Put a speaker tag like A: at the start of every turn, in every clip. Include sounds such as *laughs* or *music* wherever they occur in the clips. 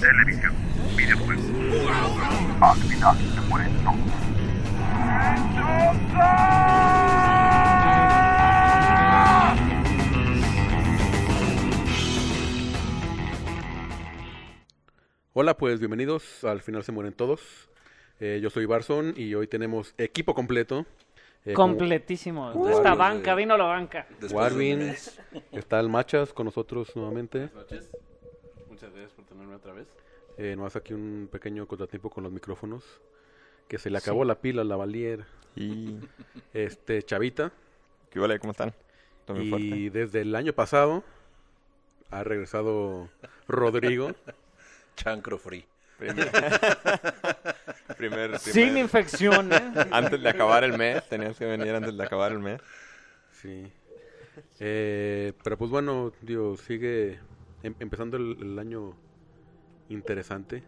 A: televisión, videojuegos. Al final se mueren todos.
B: Hola, pues bienvenidos. Al final se mueren todos. Eh, yo soy Barson y hoy tenemos equipo completo. Eh, con
C: Completísimo.
B: Uh,
C: Esta
B: vale.
C: banca, vino la banca.
D: Después de un
B: Warwin,
D: mes.
B: está el Machas con nosotros nuevamente.
E: noches. Muchas gracias por tenerme otra vez.
B: Eh, nos hace aquí un pequeño contratiempo con los micrófonos. Que se le acabó la pila a la Valier.
F: Y.
B: Este, Chavita.
F: ¿Qué vale? ¿Cómo están? Tomen
B: y
F: fuerte.
B: desde el año pasado ha regresado Rodrigo.
D: Chancro Free.
F: Primer. primer,
C: Sin
F: primer-
C: infección, ¿eh?
F: Antes de acabar el mes, tenías que venir antes de acabar el mes.
B: Sí. Eh, pero pues bueno, digo, sigue em- empezando el, el año interesante.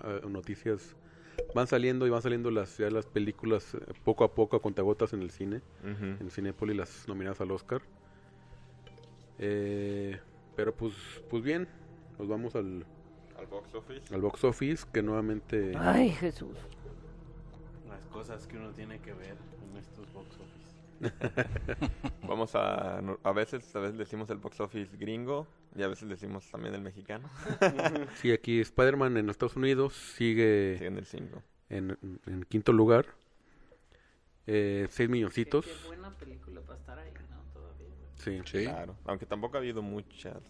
B: Ah, noticias van saliendo y van saliendo las, ya las películas eh, poco a poco a contagotas en el cine.
F: Ujú.
B: En Cinépolis las nominadas al Oscar. Eh, pero pues, pues bien, nos vamos al,
F: Al box office.
B: al box office que nuevamente...
C: Ay, Jesús.
E: Las cosas que uno tiene que ver en estos box office.
F: Vamos a. no- A veces, a veces decimos el box office gringo y a veces decimos también el mexicano.
B: Sí, aquí Spider-Man en Estados Unidos sigue...
F: Siguen el 5.
B: en, en quinto lugar. Eh, seis milloncitos.
C: buena película para estar ahí, ¿no? Todavía.
B: Sí.
D: Sí.
F: Claro. Aunque tampoco ha habido muchas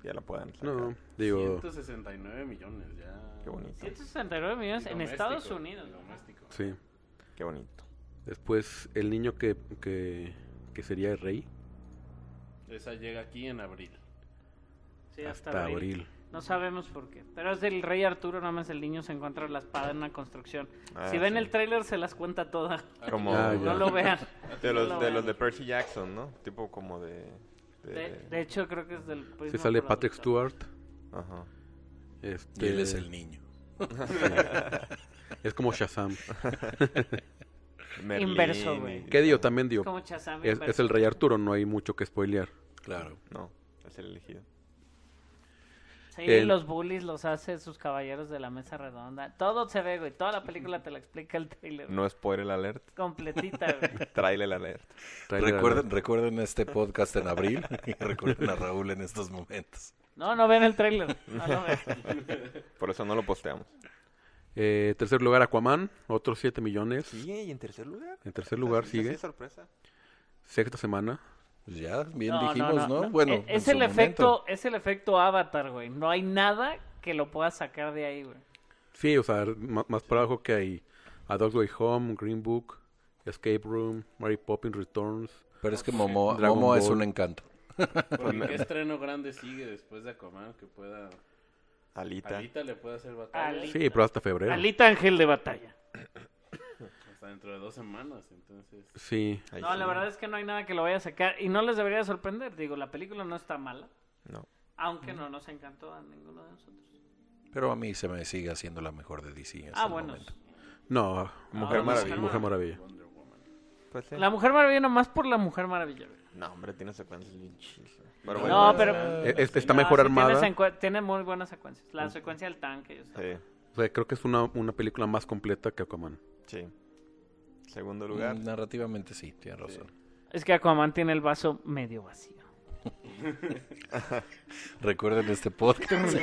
F: que ya la puedan sacar.
B: No, digo,
E: 169 millones ya.
F: Qué bonito.
C: 169 millones
E: Y
C: en
E: doméstico,
C: Estados
E: y
C: Unidos. ¿no?
E: Doméstico.
B: sí.
F: Qué bonito.
B: Después, el niño que, que, que sería el rey
E: Esa llega aquí en abril.
C: Sí,
B: hasta, abril.
C: No sabemos por qué. Pero es del rey Arturo, nada más el niño se encuentra la espada en una construcción.
F: Ah,
C: si ven
F: sí.
C: el tráiler se las cuenta toda.
F: Como.
B: Ah, ya.
C: No lo vean.
F: De
C: No
F: los,
C: lo
F: de
C: vean.
F: los de Percy Jackson, ¿no? Tipo como de. de-
C: De, de hecho, creo que es del... pues,
B: Se
C: no
B: sale
C: me acuerdo
B: Patrick
C: ahorita.
B: Stewart.
F: Ajá.
B: Este,
D: Y él es el niño.
B: es como
D: *laughs*
B: Shazam.
F: Merlín
C: Inverso,
F: y-
C: güey.
B: ¿Qué digo? También
C: Es
B: digo,
C: como Shazam,
B: es,
C: pero-
B: es el rey Arturo, no hay mucho que spoilear.
D: Claro.
F: No, es el elegido.
C: Sí,
B: El-
C: los bullies los hace sus caballeros de la mesa redonda. Todo se ve, güey. Toda la película te la explica el trailer.
F: No spoiler alert,
C: Completita, güey.
F: trailer alert.
B: Trailer
D: Recuerden, recuerden este podcast en abril *laughs* y recuerden a Raúl en estos momentos.
C: No, no ven el
B: *laughs*
C: trailer. No lo ven.
F: Por eso no lo posteamos.
B: Eh, tercer lugar, Aquaman, otros 7 millones.
F: y en tercer lugar.
B: En tercer lugar sigue,
F: sorpresa.
B: sexta semana.
D: Pues ya, bien dijimos, ¿no?
C: no.
D: Bueno,
C: E- es
D: en
C: el
D: su
C: efecto,
D: momento.
C: es el efecto Avatar, güey. No hay nada que lo pueda sacar de ahí, güey.
B: Sí, o sea, ma- más para abajo que hay A Dog's Way Home, Green Book, Escape Room, Mary Poppins Returns.
D: Pero es que Momo,
B: Dragon
D: Momo es
B: Ball.
D: un encanto.
E: Porque ¿Qué estreno grande sigue después de Aquaman que pueda.
F: Alita.
E: Alita le puede hacer batalla?
C: Ali-
B: Sí, pero hasta febrero.
C: Alita Ángel de Batalla.
E: Hasta dentro de dos semanas, entonces.
B: Sí,
F: Ahí
C: No,
F: sí.
C: la verdad es que no hay nada que lo vaya a sacar. Y no les debería sorprender. Digo, la película no está mala.
F: No.
C: Aunque no nos encantó a ninguno de nosotros.
D: Pero a mí se me sigue haciendo la mejor de DC. hasta
C: Ah,
D: el
C: bueno.
D: este momento.
B: no,
F: Mujer
C: Ah, no,
F: Maravilla.
B: Mujer Maravilla.
F: Pues sí.
C: La Mujer Maravilla nomás por la Mujer Maravilla, güey.
F: No, hombre, tiene secuencias bien chidas.
E: No,
F: Pero
C: no,
F: bueno,
C: pero...
B: Eh, este está
C: No,
B: mejor
C: sí tiene
B: armada.
C: secue- Tiene muy buenas secuencias. La secuencia del tanque. yo sé.
B: O sea, creo que es una, una película más completa que Aquaman.
F: Sí, sí. Segundo lugar.
D: Mm,
F: *laughs*
D: Narrativamente sí, tienes razón.
C: Es que Aquaman tiene el vaso medio vacío.
D: Recuerden
C: *laughs*
D: este podcast.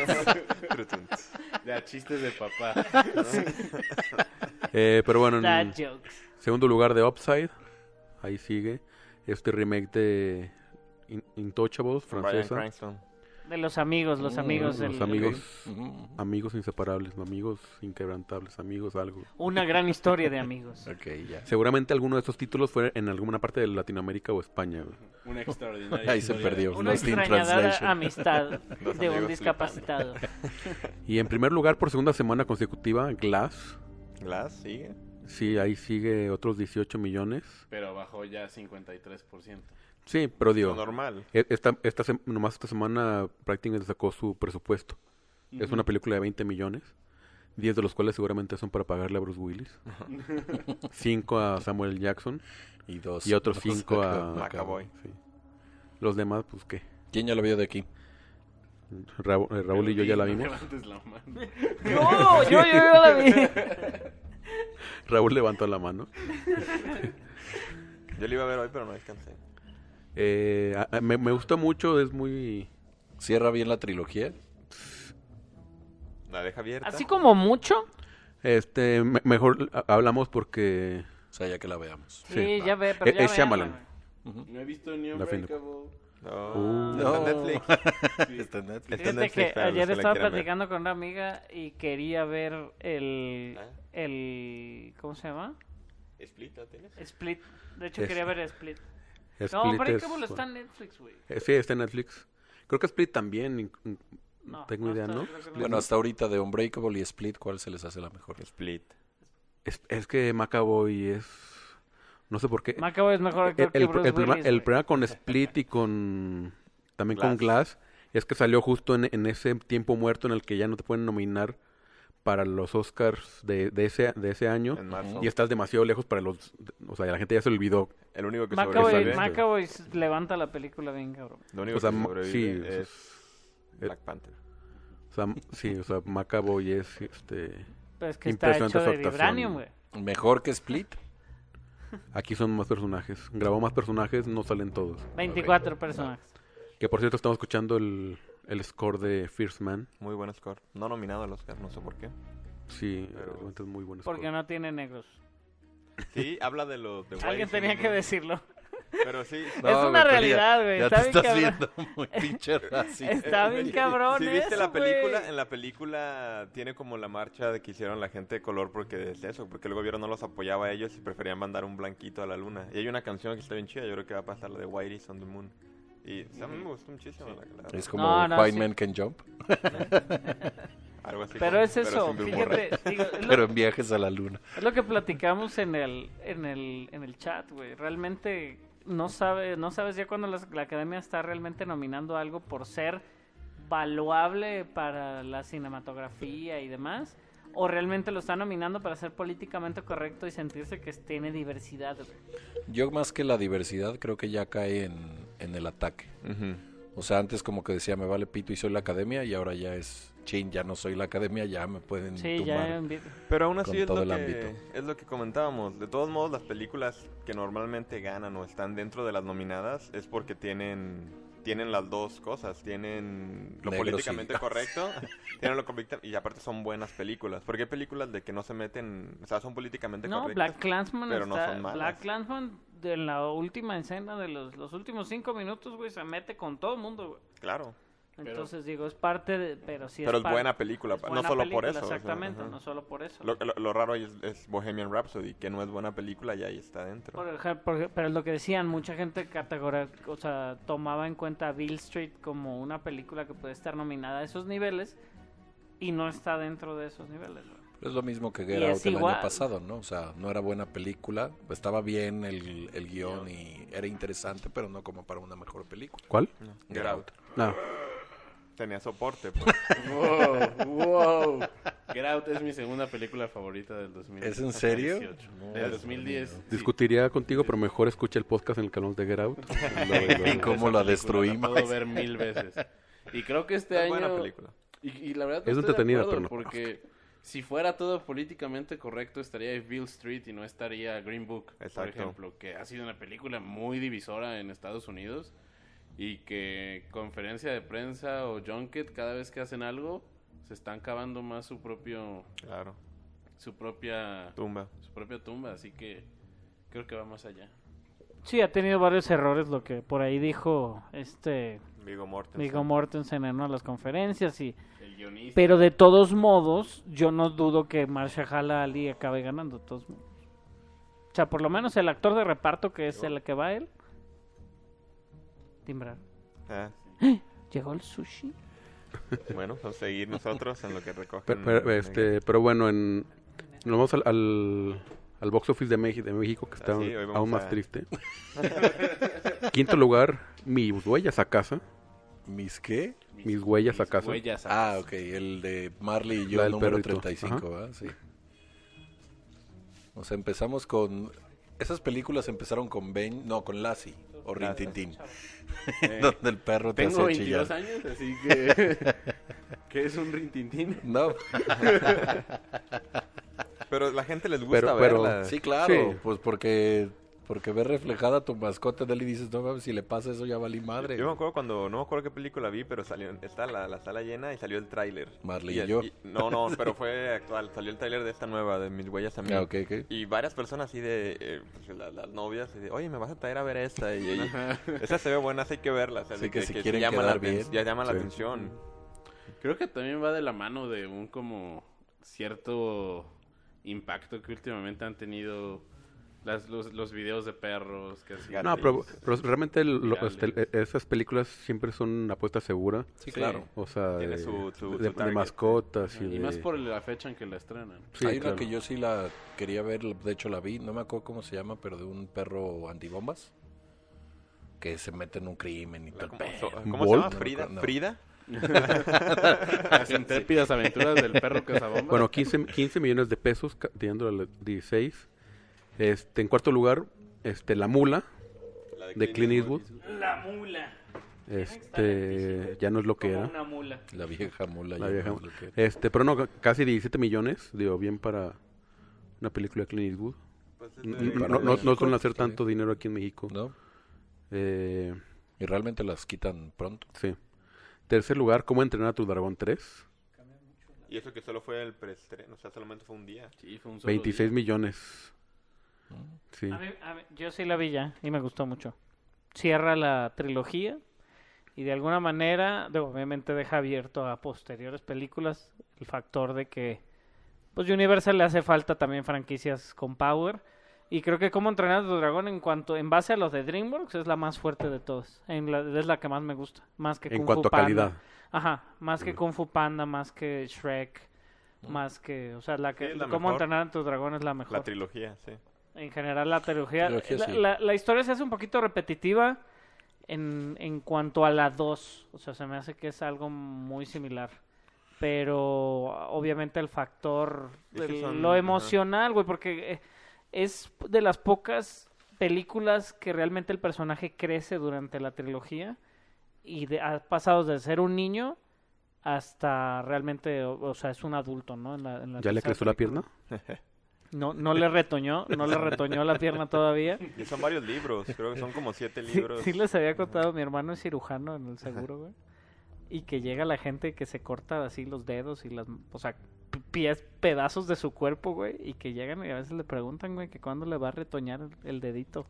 E: Ya, chistes de papá.
B: Eh, pero bueno,
C: That
B: en
C: jokes.
B: segundo lugar de Upside. Ahí sigue. Este remake de In- Intouchables,
F: Brian
B: francesa.
F: Cranston.
C: De los amigos, los amigos.
B: Mm, Los
C: del-
B: amigos,
D: Mm,
B: amigos inseparables, no, amigos inquebrantables, amigos algo.
C: Una gran historia de
D: *laughs*
C: amigos.
D: ok, ya.
B: Seguramente alguno de estos títulos fue en alguna parte de Latinoamérica o España. güey.
E: Una extraordinaria.
D: Ahí se
E: historia.
D: perdió.
C: Una
D: Lost in
C: extrañadora
D: translation.
C: amistad
F: Los
C: de un
F: amigos
C: discapacitado.
B: Y en primer lugar, por segunda semana consecutiva, Glass.
F: Glass sigue.
B: Sí, ahí sigue otros 18 millones.
E: Pero bajó ya 53%.
B: Sí, pero
F: Lo
B: digo,
F: normal.
B: e- esta, esta sem- nomás esta semana prácticamente sacó su presupuesto. Es una película de 20 millones, 10 de los cuales seguramente son para pagarle a Bruce Willis, *laughs* 5 a Samuel Jackson
D: Y dos.
B: y otros
D: dos
B: 5 a
D: Macaboy.
F: Macaboy.
B: sí. Los demás, pues qué.
D: ¿Quién ya lo vio de aquí?
B: Ra- eh, Raúl y yo ya la vimos.
E: *laughs* Levantes la mano.
C: No, yo, yo, yo la vi.
B: Raúl levantó la mano.
F: Yo lo iba a ver hoy, pero no descansé.
B: Eh, a- a- me, me gusta mucho, es muy...
D: ¿Cierra bien la trilogía?
F: La deja abierta.
C: Así como mucho.
B: Este, me- mejor a- hablamos porque...
D: O sea, ya que la veamos.
C: Sí,
B: Sí,
C: ya ve, pero
B: Es-
C: ya
B: es
C: véanla,
B: Shyamalan.
C: güey.
E: No he visto ni
B: La fin de-
E: Unbreakable.
F: No.
B: Uh.
F: Está
D: Ah,
F: en Netflix.
C: *laughs*
D: Está en Netflix.
F: Está en
C: Fíjate
F: Netflix
C: que
F: para los
C: ayer
F: que la
C: estaba
F: quieran ver.
C: platicando con una amiga y quería ver el,
F: ¿Ah?
C: el ¿cómo se llama?
F: Split, ¿la tienes?
C: Split. De hecho
B: Es-
C: quería ver Split. no,
B: Split
C: hombre,
B: uh, es-
C: Cable está en Netflix, güey.
B: Eh, sí, está en Netflix. Creo que Split también. in- in-
C: No,
B: tengo idea,
C: está,
B: ¿no?
C: creo que
D: Bueno, hasta ahorita de Unbreakable y Split, ¿cuál se les hace la mejor?
F: Split.
B: Es, es que Macaboy es... No sé por qué.
C: Macaboy es mejor
B: el,
C: actor
B: el-
C: que Bruce
B: el problema,
C: Willis,
B: el
C: güey.
B: problema con Split y con... También con Glass es que salió justo en, en ese tiempo muerto en el que ya no te pueden nominar para los Oscars de, de ese, de ese año.
F: En marzo.
B: Y estás demasiado lejos para los... O sea, la gente ya se olvidó.
F: El único que
C: Macaboy,
F: sobrevive.
C: Macaboy s- levanta la película bien cabrón.
F: Lo único
B: O sea,
F: que
B: ma-
F: sobrevive
B: sí,
F: es
B: eh,
F: Black Panther.
B: O sea, sí, o sea, Macaboy es este...
C: Pero es que está
B: Impresionante
C: hecho
B: su
C: de
B: actuación.
C: vibranium, güey.
D: ¿Mejor que Split?
B: Aquí son más personajes. Grabó más personajes, no salen todos.
C: 24 personajes.
B: Que por cierto, estamos escuchando el, el score de First Man.
F: Muy buen score. No nominado al Oscar, no sé por qué.
B: Sí,
F: Pero-
B: realmente es muy buen score.
C: Porque no tiene negros.
F: Sí, habla de los de
C: Alguien
F: Weinstein,
C: tenía que
F: ¿no?
C: decirlo.
F: Pero
C: *laughs*
F: sí.
C: es una
D: pero ya-
C: realidad, güey.
D: Ya,
C: Está
D: te
C: bien
D: estás
C: cabrón.
D: viendo muy pinche así.
C: Está
F: Eh,
C: bien
F: eh,
C: cabrón
F: Si viste
C: eso,
F: la película,
C: güey.
F: en la película tiene como la marcha de que hicieron la gente de color porque es eso, porque el gobierno no los apoyaba a ellos y preferían mandar un blanquito a la luna. Y hay una canción que está bien chida, yo creo que va a pasar la de White is on the Moon. Y o sea, a mí me gustó muchísimo la, la-
D: Es como
C: No, no,
D: White
C: sí.
D: Man Can Jump,
F: algo así.
C: Pero
F: como-
C: es eso,
F: sin Bill Murray.
C: fíjate, digo, es, lo,
D: pero en viajes a la luna.
C: es lo que platicamos en el, en el, en el chat, güey. Realmente no sabe, no sabes ya cuando las- la, academia está realmente nominando algo por ser valuable para la cinematografía y demás. O realmente lo está nominando para ser políticamente correcto y sentirse que tiene diversidad, güey.
D: Yo más que la diversidad creo que ya cae en, en el ataque.
F: Ujú.
D: O sea, antes como que decía, me vale pito y soy la academia, y ahora ya es, chin, ya no soy la academia, ya me pueden
C: Sí,
D: tumbar.
C: ya envi-
F: Pero aún así
D: con
F: es
D: todo
F: lo,
D: el
F: que,
D: ámbito.
F: es lo que comentábamos. De todos modos, las películas que normalmente ganan o están dentro de las nominadas es porque tienen tienen las dos cosas. Tienen lo
D: Negros y-
F: políticamente correcto
D: *laughs*
F: tienen lo convicta- y aparte son buenas películas. Porque hay películas de que no se meten, o sea, son políticamente
C: No,
F: correctas.
C: Black Clansman
F: pero no
C: está,
F: son malas.
C: Black Klansman de la última escena de los, los últimos cinco minutos, güey, se mete con todo el mundo, güey.
F: Claro.
C: Entonces digo, es parte de, pero sí
F: pero es
C: parte-
F: buena película,
C: es
F: pa-
C: buena
F: no solo por
C: película,
F: eso. o sea,
C: Exactamente,
F: ajá.
C: no solo por eso.
F: lo, lo- lo raro ahí es, es Bohemian Rhapsody, que no es buena película y ahí está dentro.
C: Por ej- por ej- pero es lo que decían, mucha gente categora, o sea, tomaba en cuenta Bill Street como una película que puede estar nominada a esos niveles y no está dentro de esos niveles. güey.
D: Pero es lo mismo que
C: Y
D: Get
C: es
D: Out el
C: igual.
D: año pasado, ¿no? O sea, no era buena película, estaba bien el, el guión y era interesante, pero no como para una mejor película.
B: ¿Cuál? Ah,
F: Get Out.
B: No.
F: Tenía soporte. pues.
C: Este
E: Wow, wow. Get Out es mi segunda película favorita del 2018.
D: ¿Es en serio?
E: Del 2010. sí.
B: Discutiría contigo, pero mejor escucha el podcast en el que hablamos de Get
F: *laughs*
B: Out. Lo-
D: Y
B: lo-
D: cómo
E: Esa
D: la
E: película
D: destruimos.
E: La puedo ver mil veces. Y creo que este
F: es
E: año.
F: buena película.
E: Y, y la verdad.
B: Es
E: estoy de
B: entretenida,
E: acuerdo,
B: pero no.
E: Porque si fuera todo políticamente correcto, estaría Bill Street y no estaría Green Book, por
F: Exacto.
E: ejemplo, que ha sido una película muy divisora en Estados Unidos y que conferencia de prensa o junket, cada vez que hacen algo, se están cavando más su propio.
F: Claro.
E: su propia.
F: Tumba.
E: su propia tumba, así que creo que va más allá.
C: Sí, ha tenido varios errores, lo que por ahí dijo este
F: Vigo Mortensen.
C: Viggo Mortensen en una de las conferencias y
E: El guionista.
C: Pero de todos modos, yo no dudo que Marshala Ali acabe ganando. de todos modos. O sea, por lo menos el actor de reparto que es el que va él. Timbrar.
F: Ah,
C: Llegó el sushi.
F: Bueno, vamos a seguir nosotros en lo que recogen.
B: Pero, pero, este, pero bueno, en, nos vamos al, al, al box office de, México, de México, que está
F: Ah, sí, hoy vamos
B: aún más
F: a- *laughs*
B: triste. Quinto lugar, Mis Huellas a Casa.
D: ¿Mis qué?
B: Mis huellas
E: mis
B: acaso.
E: huellas
D: Ah, ok, el de Marley y yo,
B: La del
D: número
B: perrito.
D: 35, ¿verdad? Sí. O sea, empezamos con... Esas películas empezaron con Ben... No, con Lassie. O Rin Tin Tin.
E: Eh,
D: *laughs* Donde el perro te
E: tengo
D: hace
E: 22
D: chillar.
E: años, *laughs* así que... ¿Qué es un rintintín?
D: No,
F: Pero la gente les gusta
B: Pero- pero-
F: verla.
D: sí, claro.
B: Sí.
D: Pues porque, porque ver reflejada tu mascota de él y dices, no mames, si le pasa eso ya valí madre.
F: Yo me acuerdo cuando, no me acuerdo qué película vi, pero salió, está la, la sala llena y salió el tráiler.
D: Marley
F: el-
D: y yo.
F: no, no, pero fue actual, salió el tráiler de esta nueva, de Mis Huellas a mí.
D: Ah, ok, ok.
F: Y varias personas así de, eh, pues, la- las novias, así de, oye, me vas a traer a ver esta. Y, y- esa se ve buena, así hay que verla. o sea,
D: Sí,
F: de
D: que si
F: sí
D: quieren
F: llama la
D: quedar bien.
F: aten- Ya llama la
B: Sí.
F: atención.
E: Creo que también va de la mano de un como cierto impacto que últimamente han tenido las, los, los videos de perros que así.
B: No, pero, pero realmente lo-
E: Virales.
B: este, esas películas siempre son una apuesta segura.
D: Sí,
E: Sí.
D: claro.
B: O sea,
F: Tiene
B: de,
F: su- su-
B: de-
F: su
B: de
F: target.
B: mascotas y,
E: Y
B: de-
E: más por la fecha en que la estrenan.
B: Sí,
D: Hay
B: claro.
D: una que yo sí la quería ver, de hecho la vi, no me acuerdo cómo se llama, pero de un perro antibombas que se mete en un crimen y
F: La-
D: tal.
F: ¿Cómo,
D: pedo.
F: so- ¿cómo se llama?
D: No me
F: Frida.
D: acuerdo, no.
F: Frida.
E: *laughs* Las intrépidas aventuras del *laughs* perro cazabomba.
B: Bueno, 15, 15 millones de pesos, ca- tirándola a los 16. Este, en cuarto lugar, este, La Mula,
F: La
B: de Clint Eastwood.
C: La mula.
B: Este, ya no es lo que
C: Como
B: era.
C: una mula.
D: La vieja mula. pues,
B: La
D: yo
B: vieja
D: no
B: mula.
D: sé qué.
B: Este, pero no, ca- casi 17 millones, digo, bien para una película de Clint Eastwood.
F: Pues,
B: N-
F: este,
B: n-
D: Mm,
B: No, no, no suelen hacer tanto dinero aquí en México.
D: ¿No?
B: Eh,
D: Y realmente las quitan pronto.
B: sí. Tercer lugar, ¿Cómo entrenar a tu dragón 3?
F: Y eso que solo fue el preestreno, o sea, solamente fue un día.
E: Sí, fue un solo
B: 26
E: día.
B: millones. Sí.
C: A mí- a mí- yo sí la vi ya y me gustó mucho. Cierra la trilogía y de alguna manera, digo, obviamente deja abierto a posteriores películas el factor de que pues Universal le hace falta también franquicias con Power y creo que como entrenar a tu dragón en cuanto en base a los de DreamWorks es la más fuerte de todas, en la- es la que más me gusta, más que
B: En
C: Kung
B: cuanto
C: Fu
B: a
C: Panda.
B: calidad.
C: Ajá, más que Kung Fu Panda, más que Shrek, más que, o sea, la que
F: es la
C: cómo
F: mejor.
C: entrenar a tu dragón es la mejor.
F: La trilogía, sí.
C: En general, la trilogía.
D: Trilogía,
C: la,
D: sí.
C: la- la historia se hace un poquito repetitiva en, en cuanto a la 2. O sea, se me hace que es algo muy similar. Pero obviamente el factor
F: Es que
C: del-
F: son-
C: lo
F: ajá.
C: emocional, güey, porque eh, es de las pocas películas que realmente el personaje crece durante la trilogía y de, ha pasado de ser un niño hasta realmente, o, o sea, es un adulto, ¿no? En la- en la
B: ¿Ya le
C: tercera
B: creció la
C: película.
B: pierna?
C: No, no le retoñó, no le retoñó la pierna todavía.
F: Y son varios libros, creo que son
D: *laughs*
F: como siete
C: Sí,
F: libros.
C: sí les había contado, mi hermano es cirujano en el seguro, güey. Y que llega la gente que se corta así los dedos y las, o sea, p- pies, pedazos de su cuerpo, güey. Y que llegan y a veces le preguntan, güey, que cuándo le va a retoñar el- el dedito.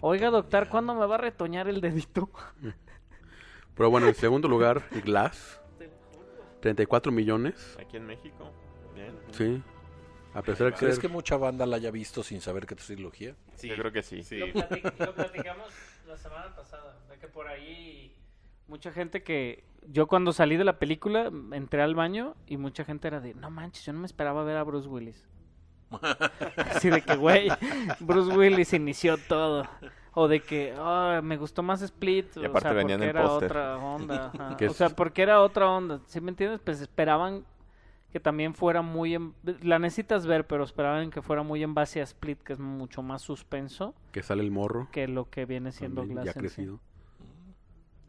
C: Oiga, doctor, ¿cuándo me va a retoñar el dedito?
B: Pero bueno, en segundo lugar, Glass. 34 millones.
F: Aquí en México. Bien.
B: Sí. A pesar de
D: ¿Crees
B: ser-
D: que mucha banda la haya visto sin saber que es trilogía?
E: Sí,
F: Yo creo que sí.
E: sí.
C: platicamos la semana pasada, de que por ahí mucha gente que yo cuando salí de la película m- entré al baño y mucha gente era de, no manches, yo no me esperaba ver a Bruce
F: *laughs*
C: Willis. Así de que, güey, Bruce Willis inició todo. O de que, "Ah, me gustó más Split.
F: Y aparte
C: o sea,
F: venía en
C: porque
F: el
C: era
F: póster.
C: otra onda. ajá.
B: Que
C: O sea,
B: es-
C: porque era otra onda. ¿Sí me entiendes? Pues esperaban que también fuera muy... en- La necesitas ver, pero esperaban que fuera muy en base a Split, que es mucho más suspenso
B: que sale el morro?
C: que lo que viene siendo
B: también,
C: Glass.
B: ya
C: en
B: crecido.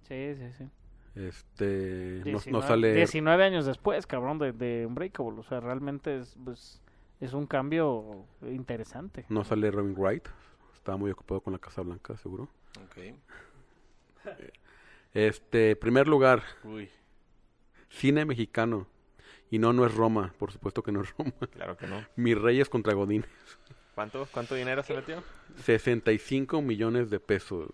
C: Sí, sí, sí. sí.
B: Este, no- no,
C: 19,
B: sale
C: 19 años después, cabrón, de, de Unbreakable. O sea, realmente es, pues, es un cambio interesante.
D: Mm.
B: no sale Robin Wright. Estaba muy ocupado con la Casa Blanca, seguro.
D: Ok.
B: Este, primer lugar,
E: Uy,
B: cine mexicano. Y no, no es Roma, por supuesto que no es *laughs* Roma.
F: Claro que no.
B: Mis Reyes contra Godín.
F: ¿Cuánto, cuánto dinero se metió?
B: 65 millones de pesos.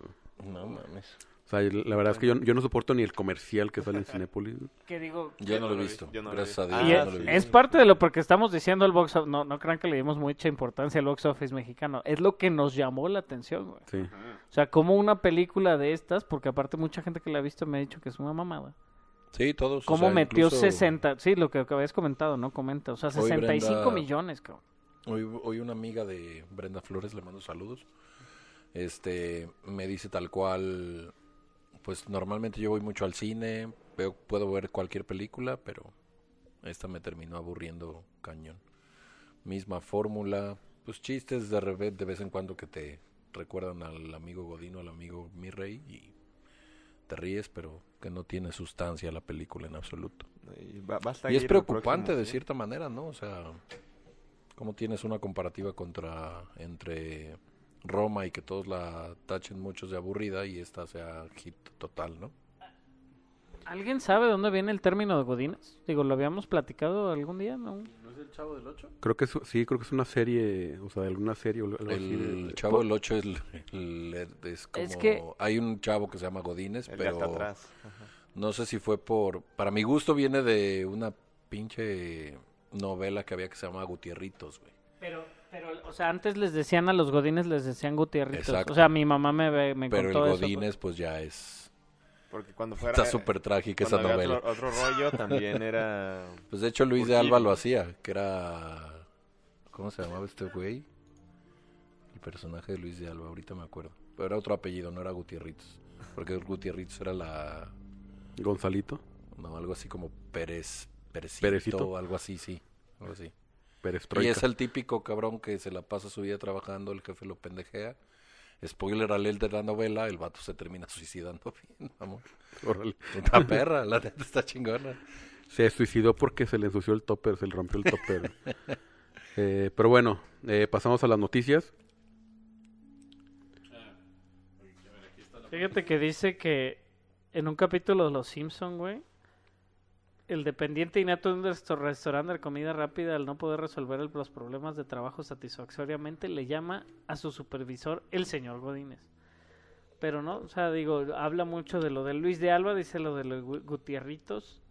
D: No mames.
B: O sea, la verdad es que yo, yo no soporto ni el comercial que sale en Cinépolis.
C: Que digo...
D: Yo no lo
F: no
D: he
F: lo vi,
D: visto.
F: yo no lo
D: Gracias
F: vi.
D: a Dios.
F: Ah,
C: Y
D: yo
C: es,
D: no lo he
C: es
D: visto.
C: parte de lo porque estamos diciendo el box office. No, no crean que le dimos mucha importancia al box office mexicano. Es lo que nos llamó la atención, güey.
B: Sí.
C: O sea, como una película de estas, porque aparte mucha gente que la ha visto me ha dicho que es una mamada.
D: Sí, todos. o
C: ¿Cómo
D: sea,
C: metió
D: incluso
C: 60? Sí, lo que, que habías comentado, ¿no? Comenta. O sea,
D: Hoy Brenda-
C: 65 millones, cabrón.
D: Hoy, hoy una amiga de Brenda Flores, le mando saludos. Este, me dice tal cual, pues normalmente yo voy mucho al cine, veo, puedo ver cualquier película, pero esta me terminó aburriendo cañón. Misma fórmula, pues chistes de, revés, de vez en cuando que te recuerdan al amigo Godino, al amigo Mirrey y te ríes, pero que no tiene sustancia la película en absoluto.
F: Y, va- va a estar
D: Y es
F: ahí en el
D: preocupante
F: próximo,
D: de
F: ¿sí?
D: cierta manera, ¿no? O sea, cómo tienes una comparativa contra entre Roma y que todos la tachen muchos de aburrida y esta sea hit total, ¿no?
C: ¿Alguien sabe de dónde viene el término de Godines? Digo, ¿lo habíamos platicado algún día? No.
E: ¿No es el chavo del 8?
B: Creo que es, sí, creo que es una serie, o sea, de alguna serie o algo así.
D: El
B: de-
D: chavo del 8 es, *laughs* el- el- es como
C: que-
D: hay un chavo que se llama Godínez,
F: El de hasta
D: pero
F: atrás. Ajá.
D: no sé si fue por para mi gusto viene de una pinche novela que había que se llamaba Gutierritos, güey.
C: Pero, pero, o sea, antes les decían a los Godines, les decían Gutierritos.
D: Exacto.
C: O sea, mi mamá me, ve- me
D: Pero el
C: contó eso.
D: Godínez pues ya es
F: Porque cuando fuera...
D: está súper trágica esa
F: cuando había
D: novela.
F: Otro, otro
D: *laughs*
F: rollo también era...
D: Pues de hecho Luis de
F: Urquijo.
D: Alba lo hacía, que era... ¿Cómo se llamaba este güey? El personaje de Luis de Alba, ahorita me acuerdo. Pero era otro apellido, no era Gutierritos. Porque Gutierritos era la...
B: Gonzalito,
D: No, algo así como Pérez... Perecito,
B: Perecito.
D: algo así, sí. Algo así.
B: Perestroika.
D: Y es el típico cabrón que se la pasa su vida trabajando, el jefe lo pendejea. Spoiler alert de la novela, el vato se termina *laughs* suicidando bien, vamos.
B: Órale.
D: Puta *laughs* perra, la neta está chingona.
B: Se suicidó porque se le ensució el topper, se le rompió el
D: *laughs*
B: topper. Eh, pero bueno, eh, pasamos a las noticias.
C: Fíjate que dice que en un capítulo de Los Simpson, güey, el dependiente innato de un resto- restaurante de comida rápida, al no poder resolver el- los problemas de trabajo satisfactoriamente, le llama a su supervisor el señor Godínez. Pero no, o sea, digo, habla mucho de lo de Luis de Alba, dice lo de los Gu- Gutierritos,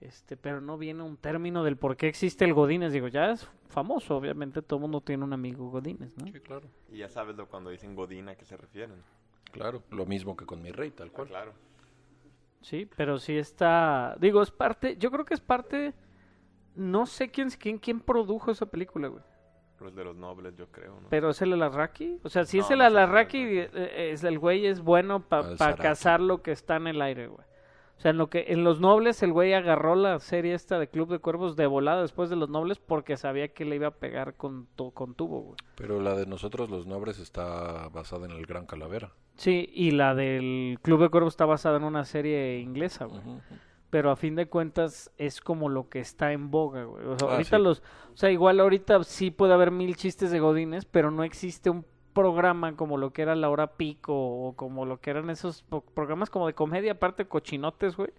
C: este, pero no viene un término del por qué existe el Godínez. Digo, ya es famoso, obviamente todo mundo tiene un amigo Godínez, ¿no?
D: Sí, claro.
F: Y ya sabes lo, cuando dicen Godín a qué se refieren. Pues
D: Claro, lo mismo que con mi rey, tal cual.
F: claro.
C: Sí, pero sí está. Digo, es parte. Yo creo que es parte. No sé quién, quién, quién produjo esa película, güey.
F: Los de los nobles, yo creo, ¿no?
C: Pero es el Alarraqui. O sea, si es
F: No,
C: el
F: no es el
C: Alarraqui,
F: Alarraqui.
C: eh, es, el güey es bueno para
D: Al Zaraqui.
C: cazar lo que está en el aire, güey. O sea, en, lo que, en Los Nobles, el güey agarró la serie esta de Club de Cuervos de volada después de Los Nobles porque sabía que le iba a pegar con, tu- con tubo, güey.
D: Pero la de nosotros los nobles está basada en el Gran Calavera.
C: Sí, y la del Club de Cuervos está basada en una serie inglesa, güey. pero a fin de cuentas es como lo que está en boga, güey. O sea,
D: Ah,
C: ahorita
D: sí.
C: los, o sea, igual ahorita sí puede haber mil chistes de Godines, pero no existe un programa como lo que era La Hora Pico o como lo que eran esos po- programas como de comedia, aparte cochinotes, güey.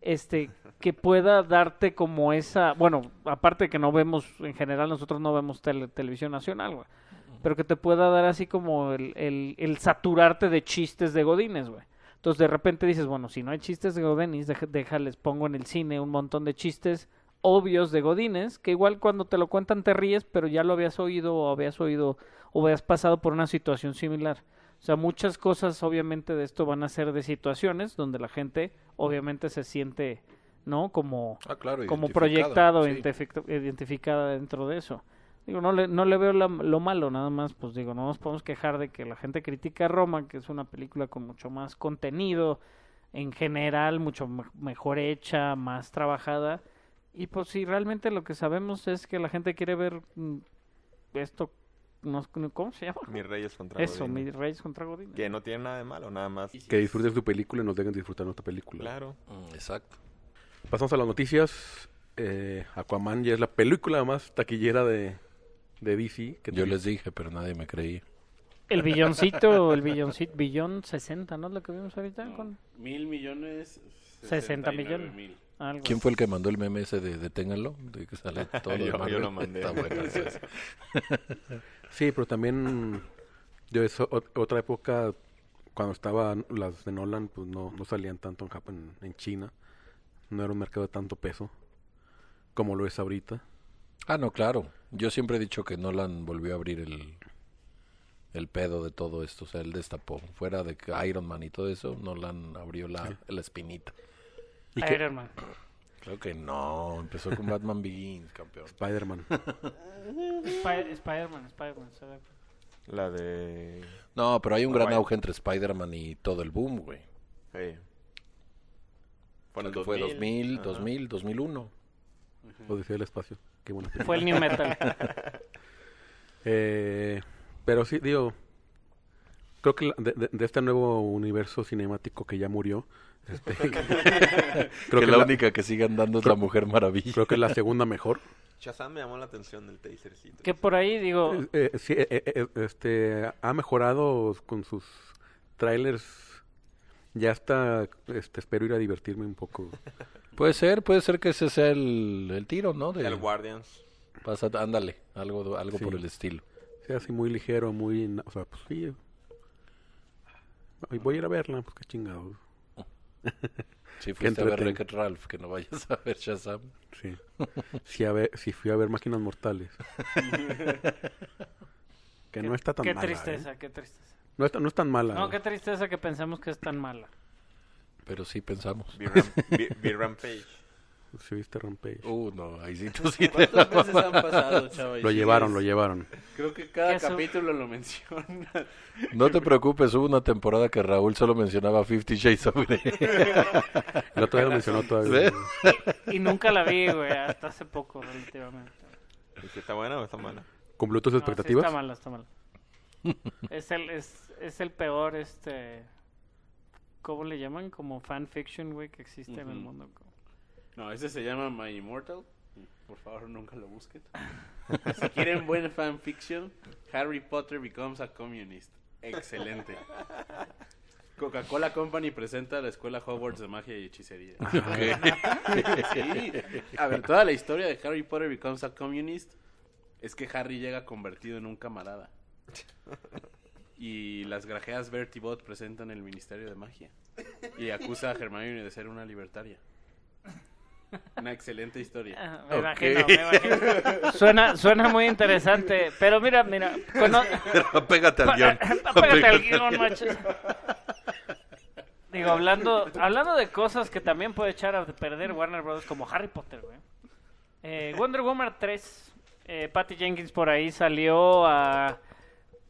C: Este, que pueda darte como esa, bueno, aparte de que no vemos, en general nosotros no vemos tele- televisión nacional, güey. Pero que te pueda dar así como el, el, el saturarte de chistes de Godines, güey. Entonces de repente dices, bueno, si no hay chistes de Godínez, deja- déjales, pongo en el cine un montón de chistes obvios de Godínez, que igual cuando te lo cuentan te ríes, pero ya lo habías oído o habías oído o habías pasado por una situación similar. O sea, muchas cosas obviamente de esto van a ser de situaciones donde la gente obviamente se siente, ¿no? Como
D: Ah, claro.
C: como
D: identificada,
C: proyectado,
D: sí.
C: identific- identificada dentro de eso. Digo, no le, no le veo la- lo malo, nada más, pues digo, no nos podemos quejar de que la gente critica a Roma, que es una película con mucho más contenido, en general, mucho me- mejor hecha, más trabajada. Y pues si realmente lo que sabemos es que la gente quiere ver mm, esto, no, ¿cómo se llama?
F: Mis reyes contra
C: Eso,
F: Godín.
C: Mis Reyes contra Godín.
F: Que no tiene nada de malo, nada más.
B: Que disfruten su película y nos dejen disfrutar nuestra película.
F: Claro.
D: Mm, exacto.
B: Pasamos a las noticias. Eh, Aquaman ya es la película más taquillera de, de DC. Que
D: Yo
B: te-
D: les dije, pero nadie me creía.
C: El billoncito, el billoncito, billón 60, ¿no? Lo que vimos ahorita con
E: Mil millones.
C: 60
E: 69
C: millones.
E: mil. *laughs*
C: algo.
D: ¿Quién fue el que mandó el meme ese de deténganlo? De que *laughs* sale todo
F: Yo-
D: de
F: yo
D: Marvel?
F: lo mandé.
D: Está bueno, *laughs* sí, sí.
B: Sí, pero también yo eso, ot- otra época cuando estaban las de Nolan, pues no, no salían tanto en Japón, en China. No era un mercado de tanto peso como lo es ahorita.
D: Ah, no, claro. Yo siempre he dicho que Nolan volvió a abrir el, el pedo de todo esto. O sea, él destapó. Fuera de que Iron Man y todo eso, Nolan abrió la, la espinita.
C: Iron Man.
D: Claro que no. Empezó con Batman Begins, campeón.
B: Spider-Man.
D: *laughs*
C: Spider- Spider-Man, Spider-Man. se ve.
F: La de...
D: No, pero hay un
F: Ah,
D: gran
F: bueno.
D: auge entre Spider-Man y todo el boom, güey.
F: Sí. Fue en
D: Bueno,
F: el
D: fue 2000,
F: Ajá.
D: 2000, 2001.
B: Odisea del espacio. Qué buena película.
C: Fue el New Metal.
B: Eh, pero sí, digo, creo que la- de, de- de este nuevo universo cinemático que ya murió,
D: *laughs*
B: este, *laughs* creo,
D: Creo
B: que
D: que la
B: la-
D: única que sigan dando es la Mujer Maravilla.
B: creo que es la segunda mejor.
F: Shazam me llamó la atención del tasercito.
C: Que por ahí digo,
B: Eh, eh, sí, eh, eh, eh, este, ha mejorado con sus trailers. Ya está, este, espero ir a divertirme un poco.
D: Puede ser, puede ser que ese sea el, el tiro, ¿no? De,
F: El Guardians.
D: pasa- ándale, algo, algo
B: Sí.
D: por el estilo.
B: Sea así muy ligero, muy... na- O sea, pues sí. Ay, Voy a ir a verla, pues qué chingados.
D: Si fuiste a ver
B: entretenga.
D: Wreck-It Ralph, que no vayas a ver Shazam.
B: Sí. Si, a ver, si fui a ver Máquinas
C: *laughs*
B: Mortales. que no está tan
C: qué
B: mala. ¿eh?
C: tristeza, qué tristeza.
B: No, está, no es tan mala.
C: No, qué tristeza que pensemos que es tan mala.
D: Pero sí pensamos.
C: *laughs*
F: B-Rampage.
B: Si viste Rampage.
D: Uh, no, ahí sí *laughs* tú sí te la
E: ¿Cuántas veces han *laughs* pasado, chava? Y
B: Lo
E: sigues-
B: llevaron, lo llevaron.
E: Creo que cada
C: Que su-
E: capítulo lo menciona. *laughs*
D: No te preocupes, hubo una temporada que Raúl solo mencionaba Fifty Shades of *laughs* Grey.
B: El otro día lo mencionó todavía.
D: ¿Ves?
C: Y nunca la vi, güey, hasta hace poco, relativamente.
F: ¿Y si ¿Está buena o está mala? *laughs*
B: ¿Cumplió tus
C: No, sí,
B: expectativas?
C: está mala, está mala. es, el, es, es el peor, este... ¿Cómo le llaman? Como fanfiction, güey, que existe en el
E: Ujú.
C: mundo.
E: No, ese se llama My Immortal. Por favor, nunca lo busquen. si quieren buena fanfiction, Harry Potter becomes a communist. *laughs* Excelente. Coca-Cola Company presenta la escuela Hogwarts de magia y hechicería.
B: *laughs*
D: *laughs*
E: Sí. A ver, toda la historia de Harry Potter becomes a communist es que Harry llega convertido en un
D: *laughs*
E: camarada. Y las grajeas Bertibot presentan el Ministerio de Magia y acusa a Hermione de ser una libertaria. Una excelente historia.
C: Ah, Me
D: Ok.
C: imagino, me imagino. Suena, suena muy interesante, pero mira, mira, pues cono-
D: Pégate
C: *laughs*
D: al guión.
C: Apégate al guión, macho. Digo, hablando, hablando de cosas que también puede echar a perder Warner Bros. como Harry Potter, güey. Eh, Wonder Woman 3. eh, Patty Jenkins por ahí salió a...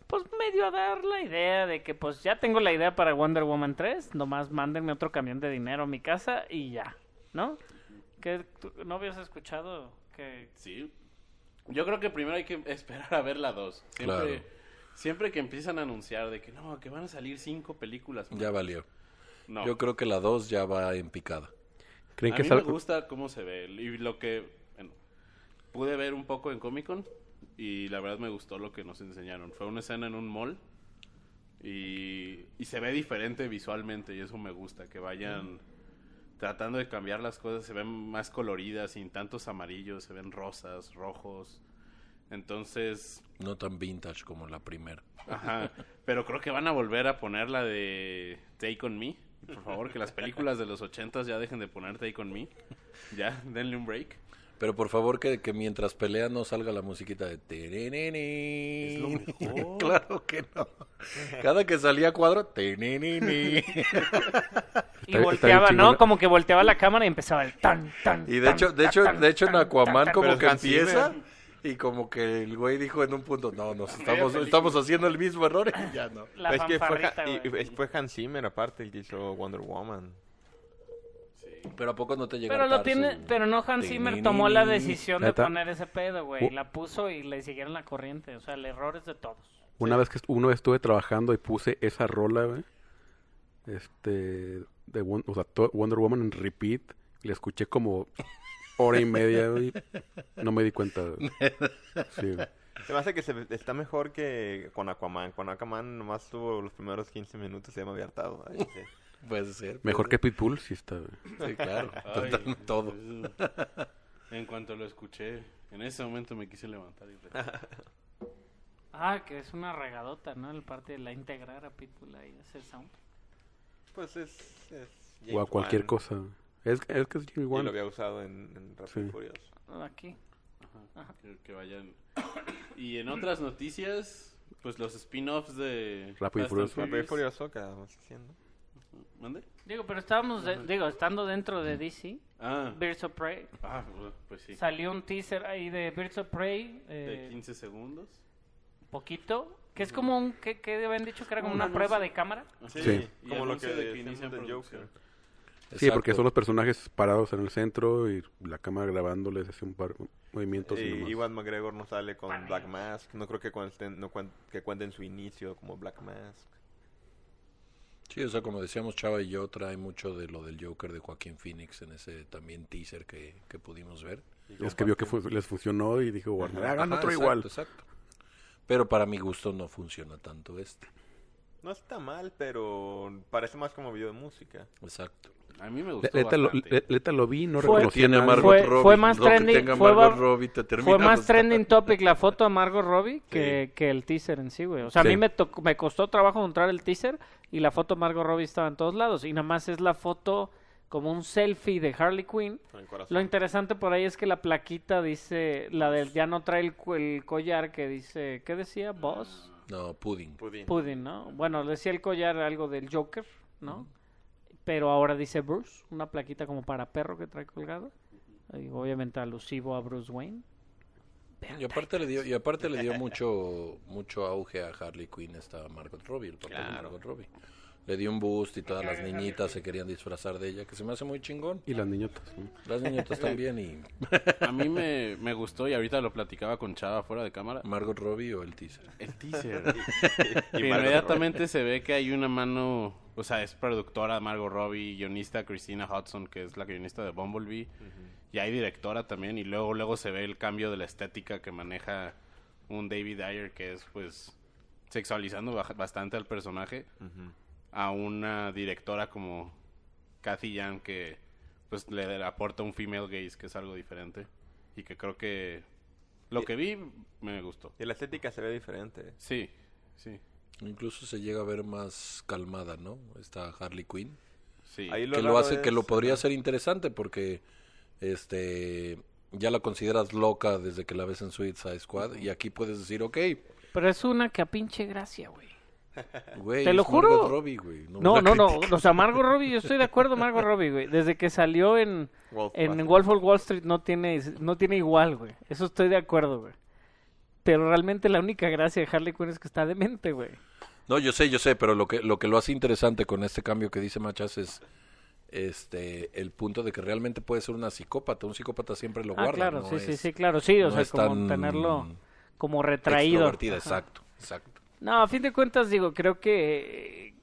C: Pues medio a dar la idea de que pues ya tengo la idea para Wonder Woman 3. Nomás mándenme otro camión de dinero a mi casa y ya, ¿no? ¿Qué, tú- ¿No habías escuchado que
E: Sí. Yo creo que primero hay que esperar a ver la 2. Siempre,
D: Claro.
E: siempre que empiezan a anunciar de que no, que van a salir cinco películas.
D: Ya valió.
E: No.
D: Yo creo que la 2 ya va en picada.
B: ¿Creen
E: a
B: que
E: mí
B: sal-
E: me gusta cómo se ve y lo que bueno, pude ver un poco en Comic Con y la verdad me gustó lo que nos enseñaron. Fue una escena en un mall y, y se ve diferente visualmente y eso me gusta, que vayan tratando de cambiar las cosas, se ven más coloridas, sin tantos amarillos, se ven rosas, rojos. Entonces,
D: No tan vintage como la primera.
E: Ajá. Pero creo que van a volver a poner la de Take On Me. Por favor, que las películas de los ochentas ya dejen de poner Take On Me. Ya, denle un break.
D: Pero por favor que, que mientras pelea no salga la musiquita de... tererene.
E: Es lo
D: *laughs*
E: mejor.
D: claro que no. Cada que salía cuadro... tererene.
B: Está-
C: Y
B: está bien
C: volteaba, ¿no?
B: chingona.
C: Como que volteaba la cámara y empezaba el tan, tan.
D: Y de
C: tan,
D: hecho, de
C: tan,
D: hecho,
C: tan,
D: de hecho en
C: tan,
D: Aquaman
C: tan,
D: como
F: Pero
D: que
F: Hans Zimmer.
D: empieza y como que el güey dijo en un punto, no, nos estamos, estamos haciendo el mismo error y ya no.
C: tan. La
F: es que fue,
C: fanfarrita,
F: Ha- y-
C: güey.
F: y fue Hans Zimmer, aparte, el que hizo Wonder Woman.
D: Pero ¿a poco no te llega
C: Pero
D: a
C: lo
D: hartar
C: tiene,
D: su-
C: pero no Hans Zimmer tomó la decisión de
B: Neta.
C: poner ese pedo, güey.
B: Uh.
C: La puso y le siguieron la corriente. O sea, el error es de todos.
B: Una vez que est- una vez estuve trabajando y puse esa rola, güey, este, de Won- o sea, to- Wonder Woman en repeat, y la escuché como hora y media, güey, no me di cuenta. güey. Sí, güey.
F: Se me hace que se ve- está mejor que con Aquaman. Con Aquaman nomás tuvo los primeros 15 minutos y ya me había hartado. Ay, sí.
D: Puede ser.
B: mejor que Pitbull, sí está. güey.
D: Sí,
E: *laughs*
D: claro.
E: Ay,
D: Total- todo.
E: En cuanto lo escuché, en ese momento me quise levantar y rezar.
C: Ah, que es una regadota, ¿no? El parte de la integrar a Pitbull ahí, ese sound.
F: *laughs* Pues es... es
B: O a
F: James
B: cualquier
F: Wan,
B: cosa. Es, es que es Jimmy
F: Y
B: Wan.
F: lo había usado en, en Rápido y
B: Sí.
F: Furioso.
C: Aquí.
E: Que- Que vayan. Y en otras noticias, pues los spin-offs de
B: Rápido y
E: Fast
B: Furioso.
E: and
F: Rápido y
E: Furious.
F: Furioso, que vamos haciendo.
E: ¿Mande?
C: Digo, pero estábamos, de- digo, estando dentro de DC,
E: Ah,
C: Birds of Prey,
E: ah, bu- pues sí.
C: salió un teaser ahí de Birds of Prey, eh,
E: De 15 segundos.
C: poquito, que es como un, que, que habían dicho que era como
E: Un
C: una
E: anuncio.
C: prueba de cámara.
E: Sí,
B: Sí.
E: y
F: Como lo que
E: anuncio de que
F: decimos
E: inician
F: del
E: producción.
F: Joker.
B: Sí, porque
D: Exacto.
B: son los personajes parados en el centro y la cámara grabándoles hace un par movimientos. y
F: Y
B: nomás.
F: Iwan McGregor no sale con
C: Paneos.
F: Black Mask. No creo que cuenten, no cuen- que cuenten su inicio como Black Mask.
D: Sí, o sea, como decíamos Chava y yo, trae mucho de lo del Joker de Joaquín Phoenix en ese también teaser que, que pudimos ver.
B: Es que vio que fu- les funcionó y dijo, Warner, hagan
D: Ajá,
B: otro
D: exacto,
B: igual.
D: Exacto. Pero para mi gusto no funciona tanto este.
F: No está mal, pero parece más como video de música.
D: Exacto.
E: A mí me
B: Le-
E: gustó
B: Leta lo,
E: bastante.
B: le- Leta lo vi, no
C: Fue-
B: reconocí a
D: Tiene a
B: nadie.
D: Margot
C: Fue-
D: Robbie.
C: fue más
D: no que
C: trending-
D: tenga
C: fue
D: Margot
C: va-
D: Robbie te termina
C: Fue más
D: hasta-
C: trending topic la foto a Margot Robbie que, que el teaser en sí, güey. O sea, a mí
B: Sí.
C: me, tocó- me costó trabajo encontrar el teaser y la foto de Margot Robbie estaba en todos lados. Y nada más es la foto como un selfie de Harley Quinn.
F: Con el corazón.
C: Lo interesante por ahí es que la plaquita dice, la del ya no trae el, cu- el collar que dice, ¿qué decía? ¿Boss?
D: No, Pudding.
F: Pudín.
C: Pudding, ¿no? Bueno, decía el collar algo del Joker, ¿no? Pero ahora dice Bruce, una plaquita como para perro que trae colgada. Y obviamente alusivo a Bruce Wayne.
D: Y aparte le dio, y aparte le dio mucho, mucho auge a Harley Quinn esta Margot Robbie, el papel de Margot Robbie. Le dio un boost y todas las niñitas se querían disfrazar de ella, que se me hace muy chingón.
B: Y las niñotas. ¿no?
D: Las niñitas también y
E: A mí me, me gustó y ahorita lo platicaba con Chava fuera de cámara.
D: Margot Robbie o el teaser.
E: El teaser.
F: Y
E: Que
F: Margot
E: inmediatamente se ve que hay una mano, o sea, es productora Margot Robbie, guionista Christina Hudson, que es la guionista de Bumblebee, y hay directora también, y luego luego se ve el cambio de la estética que maneja un David Ayer, que es pues sexualizando baja- bastante al personaje, a una directora como Kathy Yan, que pues le aporta un female gaze, que es algo diferente, y que creo que lo que vi me gustó.
F: Y la estética se ve diferente.
E: Sí, sí,
D: Incluso se llega a ver más calmada, ¿no? Esta Harley Quinn.
E: sí.
F: Ahí
D: que lo
F: raro
D: hace, que
F: es-
D: lo podría ser interesante porque este ya la consideras loca desde que la ves en Suicide Squad y aquí puedes decir, ok,
C: Pero es una que a pinche gracia, güey.
D: güey,
C: Te lo
D: es Margot
C: juro.
D: Robbie, güey, no
C: No,
D: la
C: no, no.
D: critiques.
C: O sea, Margot Robbie, yo estoy de acuerdo, Margot Robbie, güey. Desde que salió en,
F: Wolf
C: en
F: Pack.
C: Wolf of Wall Street no tiene, no tiene igual, güey. Eso estoy de acuerdo, güey. Pero realmente la única gracia de Harley Quinn es que está demente, güey.
D: No, yo sé, yo sé, pero lo que lo que lo hace interesante con este cambio que dice Machas es este el punto de que realmente puede ser una psicópata, un psicópata siempre lo
C: Ah,
D: guarda,
C: claro,
D: no
C: sí, sí,
D: es-
C: sí, claro, sí. O
D: no
C: sea,
D: es
C: como
D: tan
C: tenerlo como retraído.
D: extrovertida, exacto, exacto.
C: No, a fin de cuentas, digo, creo que eh,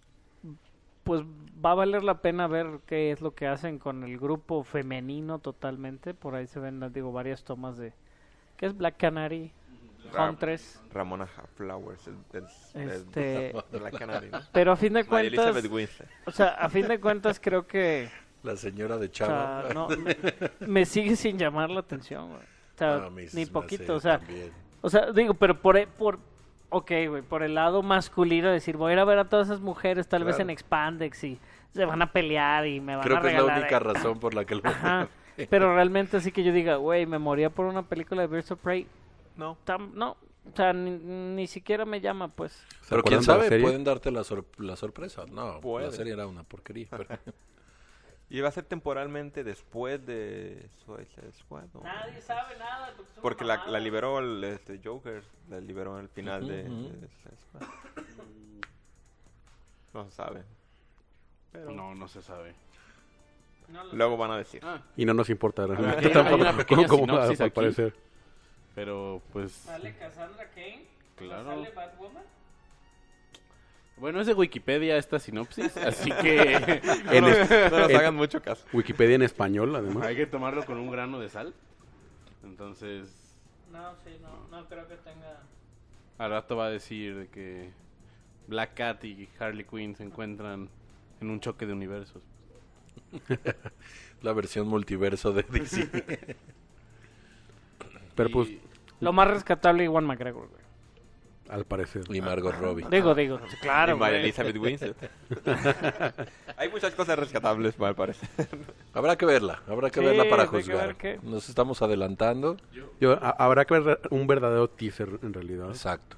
C: pues va a valer la pena ver qué es lo que hacen con el grupo femenino totalmente. Por ahí se ven, las- digo, varias tomas de... ¿Qué es Black Canary?
F: Ra-
C: Huntress.
F: Ramona Ha- Flowers. Es, es- es
C: Este, *laughs*
F: Black Canary, ¿no?
C: pero a fin de
F: María
C: cuentas...
F: Elizabeth Winstead.
C: O sea, a fin de cuentas creo que...
D: La señora de
C: o
D: Chava.
C: sea, no, me, me sigue sin llamar la atención, güey. O sea,
D: *laughs* Ah, a mí se
C: ni
D: me
C: poquito,
D: hace
C: o sea...
D: también.
C: O sea, digo, pero por, e- por ok, güey, por el lado masculino, decir, voy a ir a ver a todas esas mujeres, tal vez en
D: Claro.
C: expandex y se van a pelear y me van
D: Creo
C: a
D: que es la
C: regalar. eh.
D: única razón por la que lo
C: Ajá. *laughs* Pero realmente así que yo diga, güey, me moría por una película de Birds of Prey.
F: No.
C: Tam- no, o sea, ni, ni siquiera me llama, pues.
B: ¿Se
D: Pero
B: acuerdan
D: quién
B: de la
D: sabe,
B: serie?
D: pueden darte la, sor- la sorpresa. No,
F: Puede.
D: la serie era una porquería. pero- *laughs*
F: Y va a ser temporalmente después de Suicide Squad. ¿no?
C: Ah, sabe nada.
F: Porque la,
C: ah.
F: la liberó el este, Joker. La liberó al final de,
D: Ujú, ujú.
F: de Suicide Squad. No se sabe. Pero
E: No, no se sabe.
F: luego van a decir.
E: Ah,
B: Y no nos importa
E: hay-
B: realmente
E: hay
B: tampoco.
E: una pequeña
B: como- como-
E: sinopsis
B: al
E: aquí.
B: parecer.
E: pero pues...
C: Cassandra Kane,
E: Claro. sale
C: Batwoman.
E: Bueno, es de Wikipedia esta *laughs* sinopsis, así que
F: *laughs* No,
B: En
F: nos-
B: es-
F: no nos
B: en-
F: hagan mucho caso.
B: Wikipedia en español, además.
E: hay que tomarlo con un grano de sal. Entonces,
C: No, sí, no, no creo que tenga...
E: al rato va a decir de que Black Cat y Harley Quinn se encuentran en un choque de universos.
D: la versión multiverso de
C: *laughs*
D: DC.
B: Pero pues,
E: Y-
C: Lo más rescatable, Iwan McGregor, güey.
B: al parecer.
D: y Margot Robbie.
C: Digo,
D: *laughs*
C: digo, claro,
F: y María
C: güey.
F: Elizabeth Winstead. *laughs* Hay muchas cosas rescatables, me parece.
D: Habrá que verla, habrá que
C: Sí,
D: verla para
C: habrá que
D: juzgar.
C: ver qué.
D: Nos estamos adelantando.
B: Yo, a- habrá que ver un verdadero teaser, en realidad.
D: Exacto.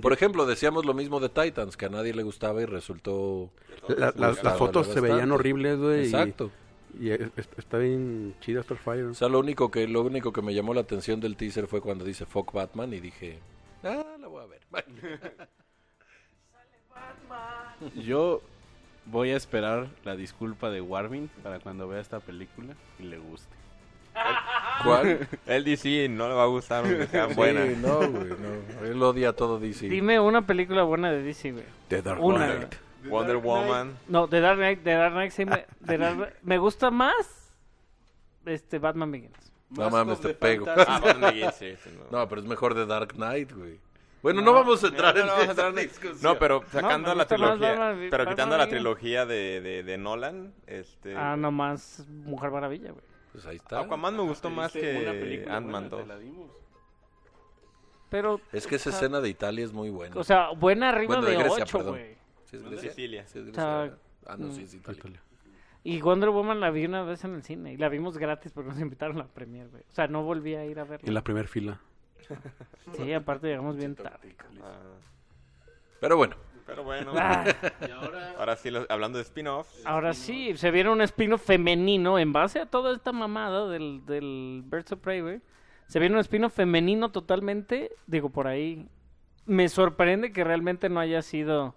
D: Por ejemplo, decíamos lo mismo de Titans, que a nadie le gustaba y resultó...
B: La- las, las
D: Claro,
B: fotos se
D: bastante.
B: veían horribles, güey. y-
D: Exacto.
B: Y, es- es- está bien chida Starfire.
D: O sea, lo único, que, lo único que me llamó la atención del teaser fue cuando dice Fuck Batman y dije... Ah, la voy a ver. *laughs*
E: Yo voy a esperar la disculpa de Warvin para cuando vea esta película y le guste.
F: *laughs*
D: ¿Cuál?
F: El DC no le va a gustar aunque sea
D: Sí,
F: buena.
D: no, güey, no. Él odia todo DC.
C: Dime una película buena de DC, güey.
B: The Dark
C: Una.
B: Knight.
F: Wonder Woman.
C: No, The Dark Knight, The Dark Knight sí me, The Dark- me gusta más este Batman Begins.
D: No mames, te pego.
F: Ah, Batman Begins, sí, sí, no.
D: No, pero es mejor de Dark Knight, güey. Bueno, no, vamos a entrar
F: No,
D: en
F: no, vamos a
D: esta
F: entrar en-
D: discusión.
F: No, pero sacando
C: me
F: la
C: gusta más
F: trilogía,
C: Batman-
F: pero
C: Batman
F: quitando la
C: Begins.
F: trilogía de, de, de Nolan, este
C: Ah, nomás Mujer Maravilla, güey.
D: Pues ahí está.
F: Aquaman me gustó más
E: Una
F: que
E: película
F: Ant-Man
E: buena, te
F: 2.
E: la dimos.
C: Pero
D: Es que esa escena de Italia es muy buena.
C: o sea, buena arriba
D: Bueno,
C: de,
D: de Grecia,
C: 8,
D: perdón.
C: güey.
D: ¿Sí es
F: No,
D: Grecia?
F: Sicilia.
D: Sí es
C: O sea,
D: Grecia. Ah, no, sí es Italia.
B: Italia.
C: Y Wonder Woman la vi una vez en el cine y la vimos gratis porque nos invitaron a la premier, güey. O sea, no volví a ir a verla.
B: En la primera fila.
C: Sí, aparte llegamos bien tarde.
F: Ah,
D: Pero bueno,
F: pero bueno,
C: Ah,
E: Y ahora
F: ahora sí, los- hablando de spin-offs,
C: ahora sí, se viene un spin-off femenino en base a toda esta mamada del, del Birds of Prey, güey. Se viene un spin-off femenino totalmente, digo, por ahí. Me sorprende que realmente no haya sido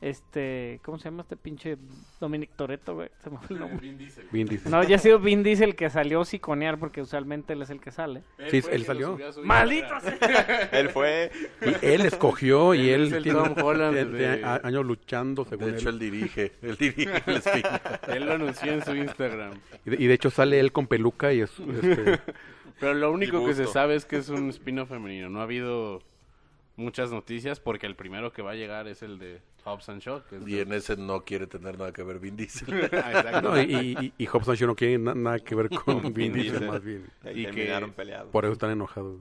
C: este, ¿cómo se llama este pinche Dominic Toretto, güey? Se me fue el nombre.
E: Vin Diesel.
B: Vin Diesel.
C: No, haya sido Vin Diesel que salió a siconear porque usualmente él es el que sale.
E: Él
B: Sí,
E: fue
B: él
E: el que
B: salió.
E: lo subió a su
C: ¡Maldito
E: Instagram.
C: sea!
F: él *laughs* fue
B: Y él escogió y
E: Él
B: él
E: es el
B: tiene-
E: Tom Holland
B: tiene
E: de-
B: a- años luchando, según
D: de hecho
B: él.
D: él dirige. *laughs* Él dirige el spin.
E: Él lo anunció en su Instagram.
B: Y de, y de hecho sale él con peluca y es... este,
E: Pero lo único que se
F: busto.
E: sabe es que es un spin-off femenino. No ha habido muchas noticias porque el primero que va a llegar es el de Hobbs and Shaw. Que es
D: Y en ese no quiere tener nada que ver Vin Diesel.
E: *laughs* Ah, exacto.
B: no, y, y, y Hobbs and Shaw no tiene na- nada que ver con Vin Diesel,
F: Diesel.
B: más bien.
F: y
E: Y
F: terminaron
E: que-
F: peleados.
B: Por eso están enojados.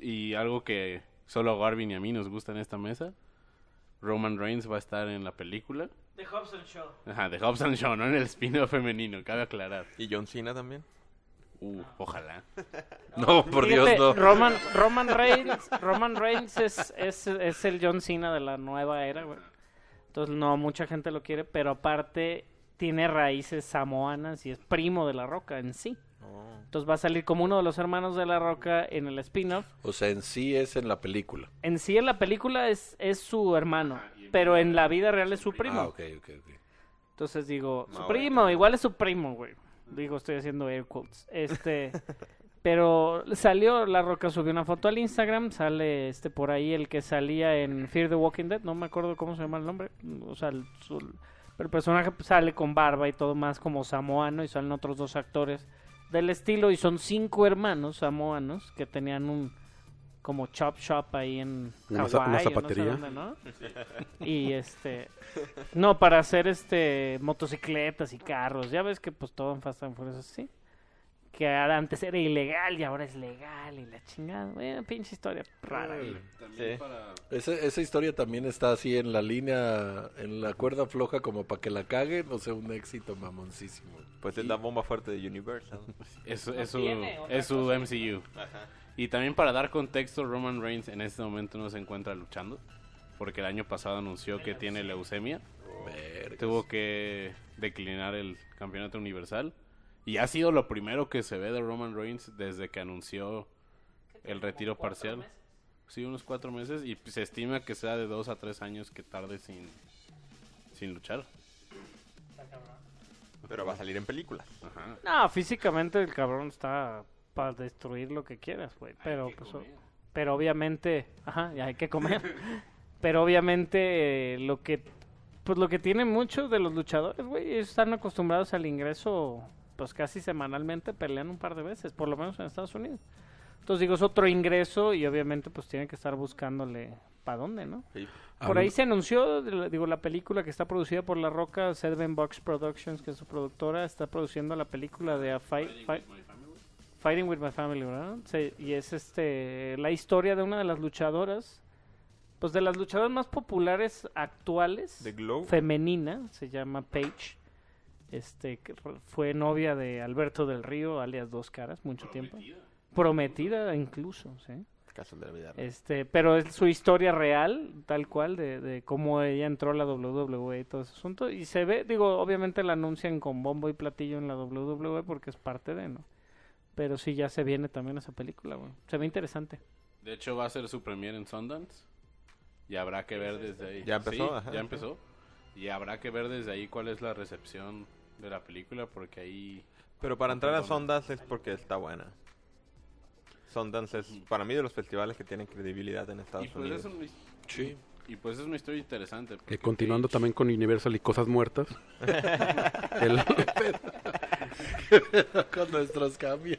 E: Y algo que solo a Garvin y a mí nos gusta en esta mesa. Roman Reigns va a estar en la película.
C: The Hobson Show.
E: Ajá, de Hobbs and Shaw, no en el spin-off femenino, cabe aclarar.
F: Y John Cena también.
E: Uh, ojalá.
D: No, por Dios,
C: Fíjate,
D: no.
C: Roman, Roman Reigns, Roman Reigns es, es, es el John Cena de la nueva era, güey. Entonces, no, mucha gente lo quiere, pero aparte tiene raíces samoanas y es primo de La Roca en sí.
D: Oh.
F: No.
C: Entonces va a salir como uno de los hermanos de La Roca en el spin-off.
D: O sea, en sí es en la película.
C: En sí, en la película es, es su hermano, pero en la vida real es su primo.
D: Ah, ok, ok, ok.
C: Entonces digo, su
F: No,
C: primo, igual es su primo, güey. Digo, estoy haciendo air quotes.
F: *laughs*
C: Este, pero salió, La Roca subió una foto al Instagram, sale este por ahí el que salía en Fear the Walking Dead, no me acuerdo cómo se llama el nombre, o sea, el, su- pero el personaje pues, sale con barba y todo más como samoano y salen otros dos actores del estilo y son cinco hermanos samoanos que tenían un como chop shop ahí en
B: Una
C: Hawái,
B: za- una
C: o no sé
B: zapatería.
C: dónde, ¿no? Y este no, para hacer este motocicletas y carros. Ya ves que pues todo en Fast and Furious es así. Que ahora antes era ilegal y ahora es legal y la chingada. Bueno, pinche historia rara. güey.
F: Sí.
D: Ese- esa historia también está así en la línea, en la cuerda floja, como para que la caguen. O sea, un éxito mamoncísimo.
F: Pues es la bomba fuerte de Universal.
E: Es, es su,
C: tiene otra
E: es su MCU. Y también para dar contexto, Roman Reigns en este momento no se encuentra luchando. Porque el año pasado anunció que tiene leucemia.
D: Verga.
E: Tuvo que declinar el campeonato universal. Y ha sido lo primero que se ve de Roman Reigns desde que anunció el retiro parcial. Sí, unos cuatro meses. Y se estima que sea de dos a tres años que tarde sin, sin luchar.
F: Pero va a salir en películas.
E: Ajá.
C: No, físicamente el cabrón está para destruir lo que quieras, güey. Pero pues, o- pero obviamente, ajá, y hay que comer. pero obviamente eh, lo que pues lo que tienen muchos de los luchadores, güey, ellos están acostumbrados al ingreso pues casi semanalmente pelean un par de veces, por lo menos en Estados Unidos. Entonces digo, es otro ingreso y obviamente pues tienen que estar buscándole para dónde, ¿no? Por ahí se anunció, de la- digo, la película que está producida por La Roca, Seven Box Productions, que es su productora, está produciendo la película de A Fight, Fight- Fighting with My Family, ¿verdad? Se- y es este la historia de una de las luchadoras, pues de las luchadoras más populares actuales,
F: The Glow.
C: femenina, se llama Paige. Este, que fue- fue novia de Alberto del Río, alias Dos Caras, mucho tiempo. Prometida incluso, ¿sí?
F: Caso de la vida. real.
C: Este, pero es su historia real, tal cual, de, de cómo ella entró a la WWE y todo ese asunto. Y se ve, digo, obviamente la anuncian con bombo y platillo en la WWE porque es parte de, ¿no? Pero sí, ya se viene también esa película, güey. Se ve interesante.
E: De hecho, va a ser su premier en Sundance. Y habrá que ver desde ahí.
F: ¿Ya empezó?
E: Sí,
F: Ajá.
E: ya empezó. Y habrá que ver desde ahí cuál es la recepción de la película, porque ahí...
F: Pero para entrar a Sundance es porque está buena. Sundance pues es para mí de los festivales que tienen credibilidad en Estados Unidos.
E: pues, un...
D: Sí.
E: Y pues es una historia interesante.
B: Eh,
E: porque
B: continuando
E: Cage-
B: también con Universal y cosas muertas. El-
D: *laughs* Con nuestros cambios.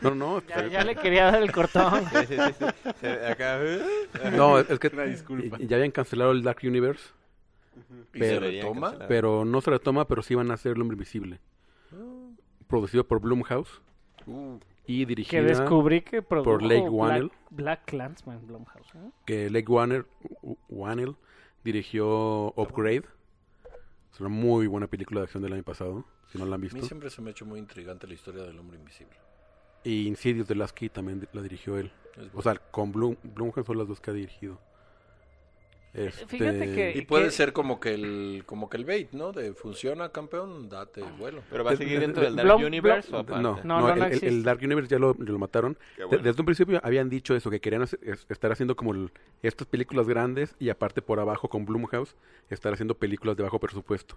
B: no, no,
C: Ya, ya
F: *laughs*
C: le quería dar el cortón.
F: Sí, sí, sí, *laughs* sí. Se- Acá. ¿eh?
B: no, es que
E: Una disculpa.
B: ya habían cancelado el Dark Universe,
D: ¿Y
B: Pero-
D: se retoma?
F: Deberían
B: pero no se retoma, pero sí van a hacer El Hombre Invisible.
D: Ah.
B: Producido por Blumhouse
D: Uh,
B: y
C: que
B: dirigido
C: descubrí que produjo
B: Lake
C: Black,
B: Whannell.
C: Black Clansman Blumhouse. ¿eh?
B: que Lake Warner, Wannell dirigió Upgrade. Es una muy buena película de acción del año pasado, si no la han
D: a mí
B: visto.
D: siempre se me ha hecho muy intrigante la historia del hombre invisible.
B: Y Insidious de Lasky también di- la dirigió él.
D: Es
B: O sea, con Blum, Blumhouse son las dos que ha dirigido. Este,
C: Fíjate que-
D: Y puede
C: ¿qué?
D: ser como que el como que el bait, ¿no? De funciona, campeón, date
C: Ah.
D: vuelo.
F: ¿Pero va a
B: Es-
F: seguir
B: es-
F: dentro del Dark
C: Blom-
F: Universe
C: Blom-
F: o aparte?
B: No,
C: No,
B: no,
C: no,
B: el,
C: no
B: el- el
C: existe.
B: Dark Universe ya lo, lo mataron.
F: Qué
B: De-
F: bueno.
B: Desde un principio habían dicho eso, que querían hacer- es- estar haciendo como el- estas películas grandes y aparte por abajo con Blumhouse, estar haciendo películas de bajo presupuesto.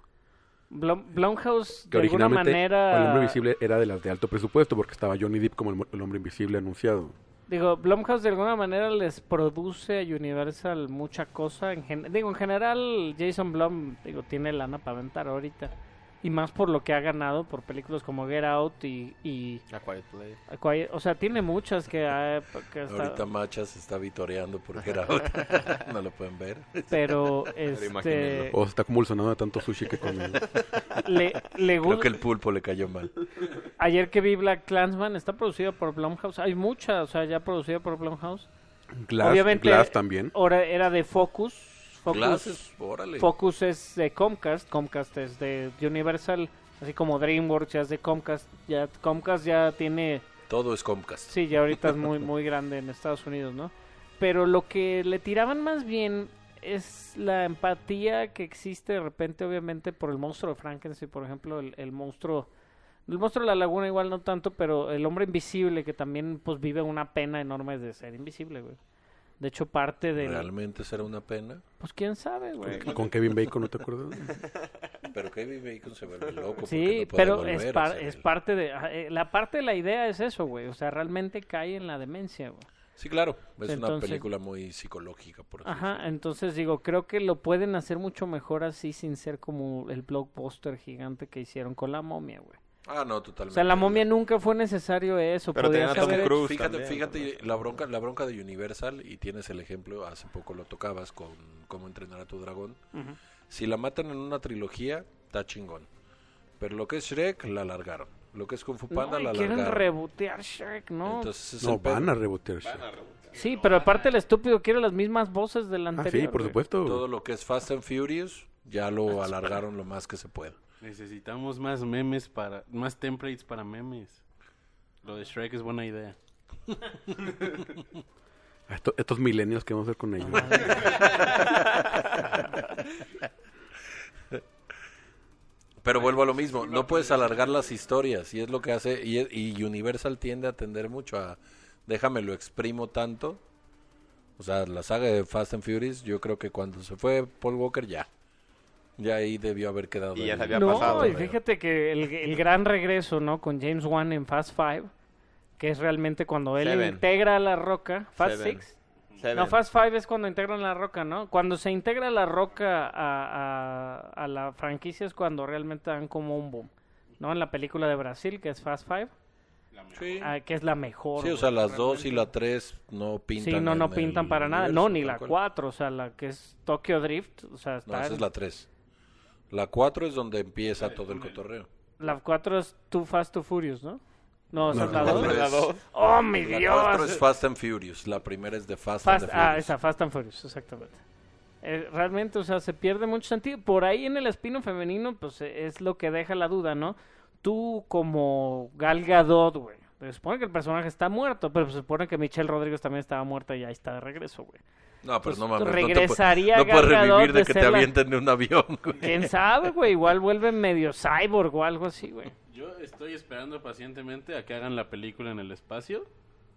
C: Blum- Blumhouse,
B: Que
C: de alguna
B: originalmente
C: manera...
B: El Hombre Invisible era de las de alto presupuesto porque estaba Johnny Depp como el, mo- el Hombre Invisible anunciado.
C: Digo, Blumhouse de alguna manera les produce a Universal mucha cosa. En gen- digo, en general, Jason Blum digo, tiene lana para aventar ahorita. Y más por lo que ha ganado por películas como Get Out y... y
F: A Quiet Place.
C: A Quiet- o sea, tiene muchas que, ha- que ha estado-
D: Ahorita Macha se está vitoreando porque era *laughs* no lo pueden ver. *laughs*
C: Pero, este,
F: imagínenlo.
B: O se está convulsionado de tanto sushi que comió.
C: le, le
D: Creo
C: gusta-
D: que el pulpo le cayó mal.
C: Ayer que vi Black Clansman, está producido por Blumhouse. Hay muchas, o sea, ya producido por Blumhouse.
B: Glass,
C: Obviamente-
B: Glass también.
C: Ahora era de Focus. Focus
D: Glasses, órale.
C: Focus es de Comcast, Comcast es de de Universal, así como DreamWorks ya es de Comcast, ya Comcast ya tiene,
D: Todo es Comcast.
C: sí, ya ahorita es muy muy grande en Estados Unidos, ¿no? Pero lo que le tiraban más bien es la empatía que existe de repente obviamente por el monstruo de Frankenstein, por ejemplo, el, el monstruo el monstruo de la laguna igual no tanto, pero el hombre invisible que también pues vive una pena enorme de ser invisible, güey. De hecho parte del
D: Realmente será una pena.
C: pues quién sabe, güey.
B: Y Con Kevin Bacon, ¿no te acuerdas?
D: Pero Kevin Bacon se vuelve loco. porque
C: Sí,
D: no puede
C: pero
D: volver
C: es,
D: a
C: par-
D: ser
C: es
D: él.
C: parte de... ah, eh, La parte de la idea es eso, güey. O sea, realmente cae en la demencia, güey.
D: Sí, claro. Es una
C: Entonces-
D: película muy psicológica, por así
C: Ajá, entonces digo, creo que lo pueden hacer mucho mejor así sin ser como el blockbuster gigante que hicieron con la momia, güey.
D: decirlo. Ah, no,
C: O
D: totalmente.
C: sea, en la momia nunca fue necesario eso.
F: Pero
C: podías
F: tenían a Tom
C: haber-
F: Cruise
D: fíjate,
F: también,
D: fíjate la bronca, la bronca de Universal y tienes el ejemplo, hace poco lo tocabas con cómo entrenar a tu dragón. Si la matan en una trilogía, está chingón. Pero lo que es Shrek la alargaron. Lo que es Kung Fu
C: No,
D: Panda
C: y
D: la
C: quieren
D: alargaron.
C: rebotear Shrek, ¿no?
D: Entonces es
B: No,
D: el pedo.
B: van a rebotear. sí.
C: sí, pero aparte el estúpido quiere las mismas voces del
B: Ah,
C: anterior.
B: sí, por
C: güey.
D: todo
B: supuesto.
D: lo que es Fast and Furious ya lo
C: Ah,
D: alargaron lo más que se pueda.
E: Necesitamos más memes para... Más templates para memes. Lo de Shrek es buena idea.
B: Esto- estos milenios que vamos a hacer con ellos.
D: Pero vuelvo a lo mismo, no puedes alargar las historias y es lo que hace y, es- y Universal tiende a tender mucho a déjame lo exprimo tanto. O sea, la saga de Fast and Furious, yo creo que cuando se fue Paul Walker ya ya ahí debió haber quedado.
F: Y ya
D: el-
F: se había
D: el-
C: no,
F: pasado,
D: el-
C: y fíjate que el, el gran regreso, ¿no? Con James Wan en Fast Five, que es realmente cuando él
F: Seven.
C: integra a la roca. Fast
F: Seven.
C: Six.
F: Seven.
C: No, Fast Five es cuando integran la roca, ¿no? Cuando se integra la roca a, a- a la franquicia es cuando realmente dan como un boom, ¿no? En la película de Brasil, que es Fast Five,
D: Sí.
C: ah, que es la mejor.
D: Sí, o
C: güey,
D: sea, las dos y
C: realmente.
D: la tres no pintan.
C: Sí, no, no
D: en el
C: pintan para nada.
D: universo,
C: No, ni
D: tal
C: la
D: cual.
C: 4, o sea, la que es Tokyo Drift, o sea,
D: No,
C: está
D: esa
C: en-
D: es la tres. La cuatro es donde empieza todo el cotorreo.
C: la 4 es Too Fast, Too Furious, ¿no? No, esa
B: No,
C: es la
B: no,
C: 2.
D: no,
F: La
D: es-
F: dos.
C: ¡Oh, mi
D: La
C: Dios!
D: cuatro es Fast and Furious, la primera es de Fast,
C: Fast,
D: and the
C: ah,
D: Furious.
C: esa, Fast and Furious, exactamente. Eh, realmente, o sea, se pierde mucho sentido. Por ahí en el espino femenino, pues eh, es lo que deja la duda, ¿no? Tú como Gal Gadot, güey. Se supone que el personaje está muerto, pero se supone que Michelle Rodríguez también estaba muerta y ahí está de regreso, güey.
D: No, pero
C: Pues,
D: no mames.
C: regresaría
D: no, te pu- no puedes
C: Gal Gadot
D: revivir de,
C: de
D: que
C: ser
D: te
C: la-
D: avienten de un avión, güey.
B: *laughs*
C: ¿Quién sabe, güey? Igual vuelve medio cyborg o algo así, güey.
E: Yo estoy esperando pacientemente a que hagan la película en el espacio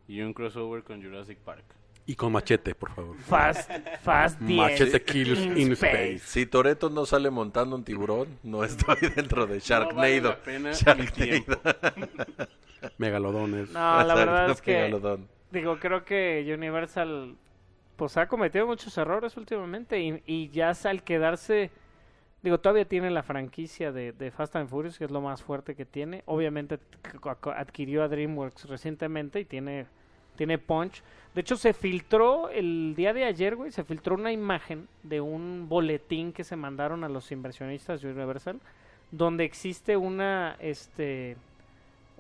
E: y un crossover con Jurassic Park.
B: Y con machete, por favor. *laughs*
C: Fast, Fast 10.
B: Machete Kills in Space.
D: Si Toreto no sale montando un tiburón, no estoy *laughs* dentro de
E: No vale
D: Sharknado.
E: la pena mi tiempo.
D: *laughs* Sharknado.
B: Megalodones. *laughs*
C: No, la verdad es que...
D: Megalodón.
C: Digo, creo que Universal pues ha cometido muchos errores últimamente y, y ya es al quedarse, digo, todavía tiene la franquicia de, de Fast and Furious, que es lo más fuerte que tiene. Obviamente adqu- adquirió a DreamWorks recientemente y tiene, tiene punch. De hecho, se filtró el día de ayer, güey, se filtró una imagen de un boletín que se mandaron a los inversionistas de Universal, donde existe una, este,